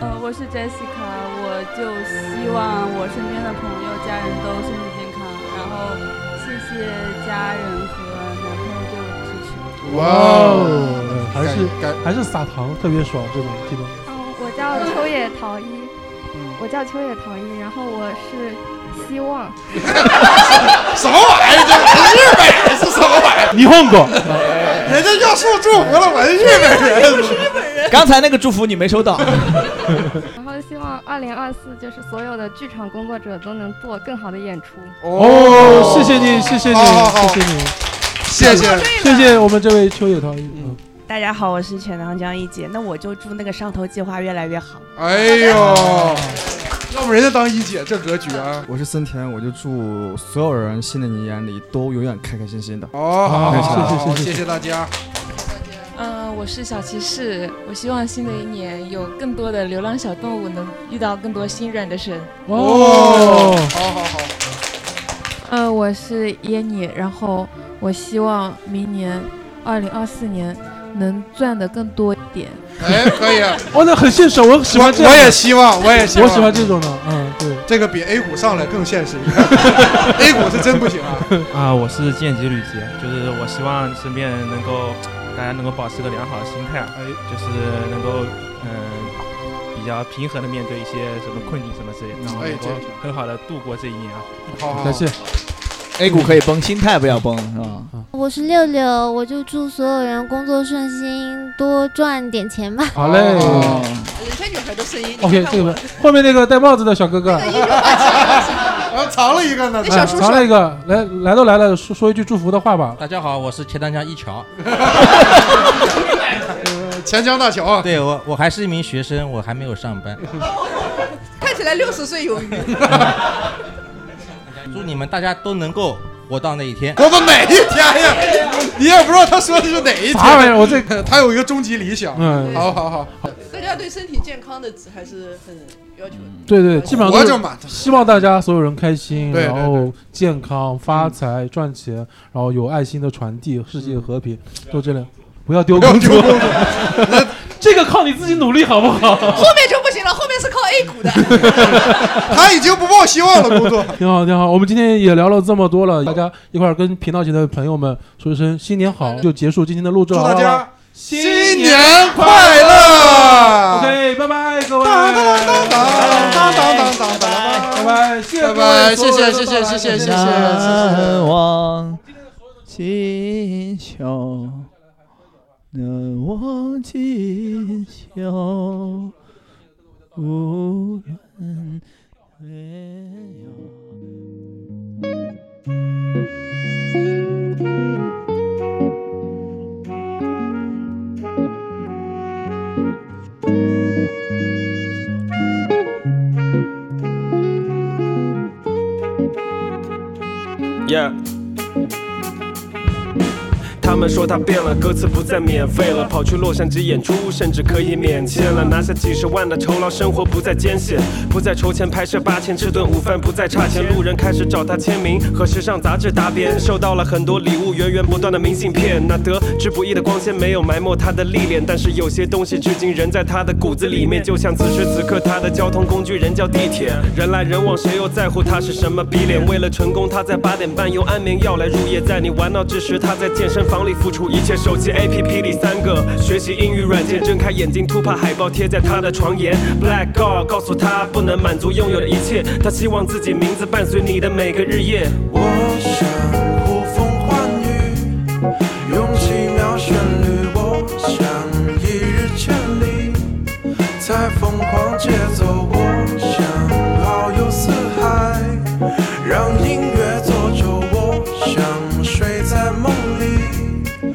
呃，我是 Jessica，我就希望我身边的朋友、家人都身体健康，然后谢谢家人和男朋友对我的支持。
哇哦，还是还是撒糖特别爽，这种这种。
我叫秋野桃一，
嗯
我叫秋野桃一，然后我是希望。
什么玩意儿？这 日本人是什么玩意儿？
你混过？
哎
人家要送祝福了，我是日本人。
刚才那个祝福你没收到。
然后希望二零二四就是所有的剧场工作者都能做更好的演出。
哦，谢谢你，谢谢你，
好好好
谢谢你，
谢谢
谢谢我们这位秋野桃一。嗯
大家好，我是全糖江一姐，那我就祝那个上头计划越来越好。
哎呦， 要不人家当一姐，这格局啊！
我是森田， 我就祝所有人新的一年里都永远开开心心的。
哦哦，好好好，
开心
谢谢大家。
嗯，
我是小骑士，我希望新的一年有更多的流浪小动物能遇到更多心软的神。
哦，
好好好，
呃，我是耶妮，然后我希望明年二零二四年能赚的更多一点。
哎，可以。
哦，那很现实，我喜欢这样
我
的
也希望，我也希望，
我喜欢这种的，嗯，对，
这个比 A 股上来更现实 一点，A 股是真不行啊。
啊，我是剑姬吕杰，就是我希望身边人能够，大家能够保持个良好的心态，啊就是能够嗯、比较平和的面对一些什么困境什么之类的，然后
哎
能够
这个
很好的度过这一年啊。
好
好
感
哦
谢。
A 股可以崩，心态不要崩，是吧？
我是六六，我就祝所有人工作顺心，多赚点钱吧。
好嘞。
人呃家女孩的声音。你
哦 OK，
看
这
我
个后面那个戴帽子的小哥哥，
然后藏了一个呢，
哎藏了一个，来来都来了，说说一句祝福的话吧。
大家好，我是钱塘江一 桥。
钱江大桥啊！
对我，我还是一名学生，我还没有上班。
看起来六十岁 有余。
祝你们大家都能够活到那一天。
活到哪一天呀？你也不知道他说的是哪一天。
啥玩意儿我这
他有一个终极理想。
嗯
好好好，
大家对身体健康的还是很要求的。
嗯
嗯
对对，基本上都
活
是
着嘛
希望大家所有人开心，
对对
然后健康、发财、赚钱，然后有爱心的传递，世界和平，都这样。不要丢工
嗯不
作
要丢 工，
这个靠你自己努力好 不
后
好？
面就不行了，后面是靠 A 股的。
他已经不抱希望了，工作。
挺好，挺好。我们今天也聊了这么多了，大家一块儿跟频道前的朋友们说一声新年好，就结束今天的录制了。
嗯祝大
好不
家
好
新
年
快乐
OK，拜拜各位，拜拜，谢谢
拜
各位
拜，
所
谢
有
谢
人
谢
的
谢
到来
谢谢谢谢谢
难
谢。
忘今宵，难忘今宵，无论天涯。
Yeah。他们说他变了，歌词不再免费了，跑去洛杉矶演出，甚至可以免签了，拿下几十万的酬劳，生活不再艰险，不再筹钱拍摄八千，吃顿午饭不再差钱，路人开始找他签名，和时尚杂志搭边，收到了很多礼物，源源不断的明信片，那得之不易的光鲜没有埋没他的历练，但是有些东西至今仍在他的骨子里面，就像此时此刻他的交通工具人叫地铁，人来人往，谁又在乎他是什么逼脸？为了成功，他在八点半用安眠药来入夜，在你玩闹之时，他在健身房里付出一切。手机 APP 里三个学习英语软件，睁开眼睛突怕海报贴在他的床沿。Black God 告诉他不能满足拥有的一切，他希望自己名字伴随你的每个日夜。我想呼风唤雨，用奇妙旋律，我想一日千里。
在疯狂节奏，我想遨游四海，让音乐做酒，我想睡在梦里，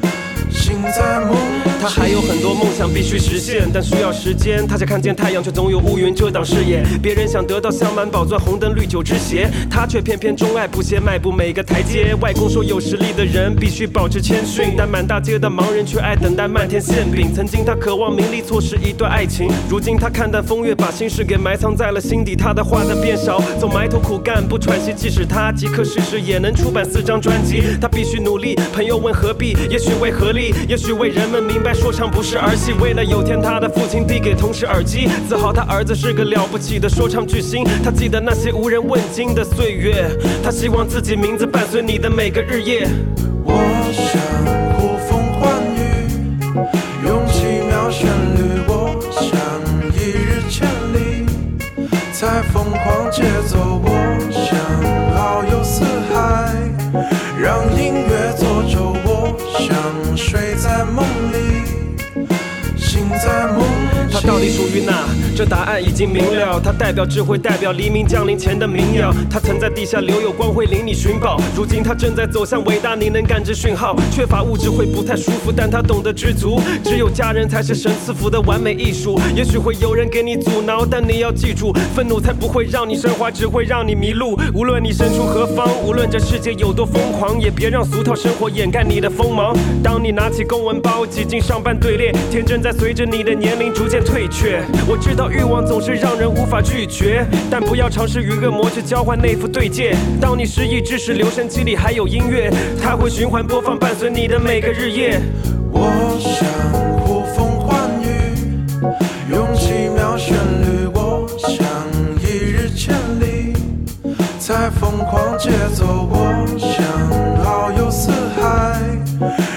醒在梦里。
他还有很多梦想必须实现，但需要时间。他想看见太阳，却总有乌云遮挡视野。别人想得到镶满宝钻、红灯绿酒之鞋，他却偏偏钟爱不懈，迈步每个台阶。外公说，有实力的人必须保持谦逊，但满大街的盲人却爱等待漫天馅饼。曾经他渴望名利，错失一段爱情，如今他看淡风月，把心事给埋藏在了心底。他的话在变少，总埋头苦干不喘息，即使他即刻逝世，也能出版四张专辑。他必须努力，朋友问何必？也许为合力，也许为人们明白说唱不是儿戏。为了有天他的父亲递给同事耳机，自豪他儿子是个了不起的说唱巨星。他记得那些无人问津的岁月，他希望自己名字伴随你的每个日夜。
呼风唤雨，用奇妙旋律，我想一日千里，在疯狂节奏，我想遨游四海，让音乐做酒，我想睡在梦里，醒在梦里。
它到底属于哪？这答案已经明了，它代表智慧，代表黎明降临前的民谣。它曾在地下留有光辉，领你寻宝。如今它正在走向伟大，你能感知讯号。缺乏物质会不太舒服，但它懂得知足。只有家人才是神赐福的完美艺术。也许会有人给你阻挠，但你要记住，愤怒才不会让你升华，只会让你迷路。无论你身处何方，无论这世界有多疯狂，也别让俗套生活掩盖你的锋芒。当你拿起公文包，挤进上班队列，天真在随着你的年龄逐渐退却。我知道欲望总是让人无法拒绝，但不要尝试与恶魔去交换内服对戒。当你失意之时，留声机里还有音乐，它会循环播放，伴随你的每个日夜。
我想呼风唤雨，用奇妙旋律，我想一日千里，在疯狂节奏，我想遨游四海，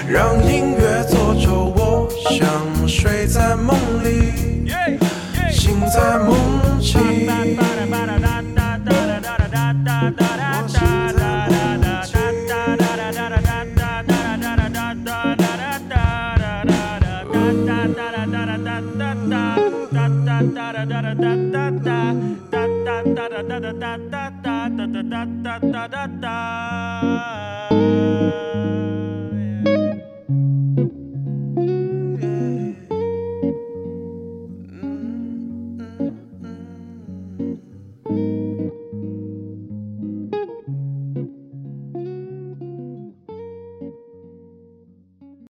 让音乐做舟，我想睡在梦里，醒在梦境。我醒在梦境
哒哒哒哒哒哒哒哒哒哒。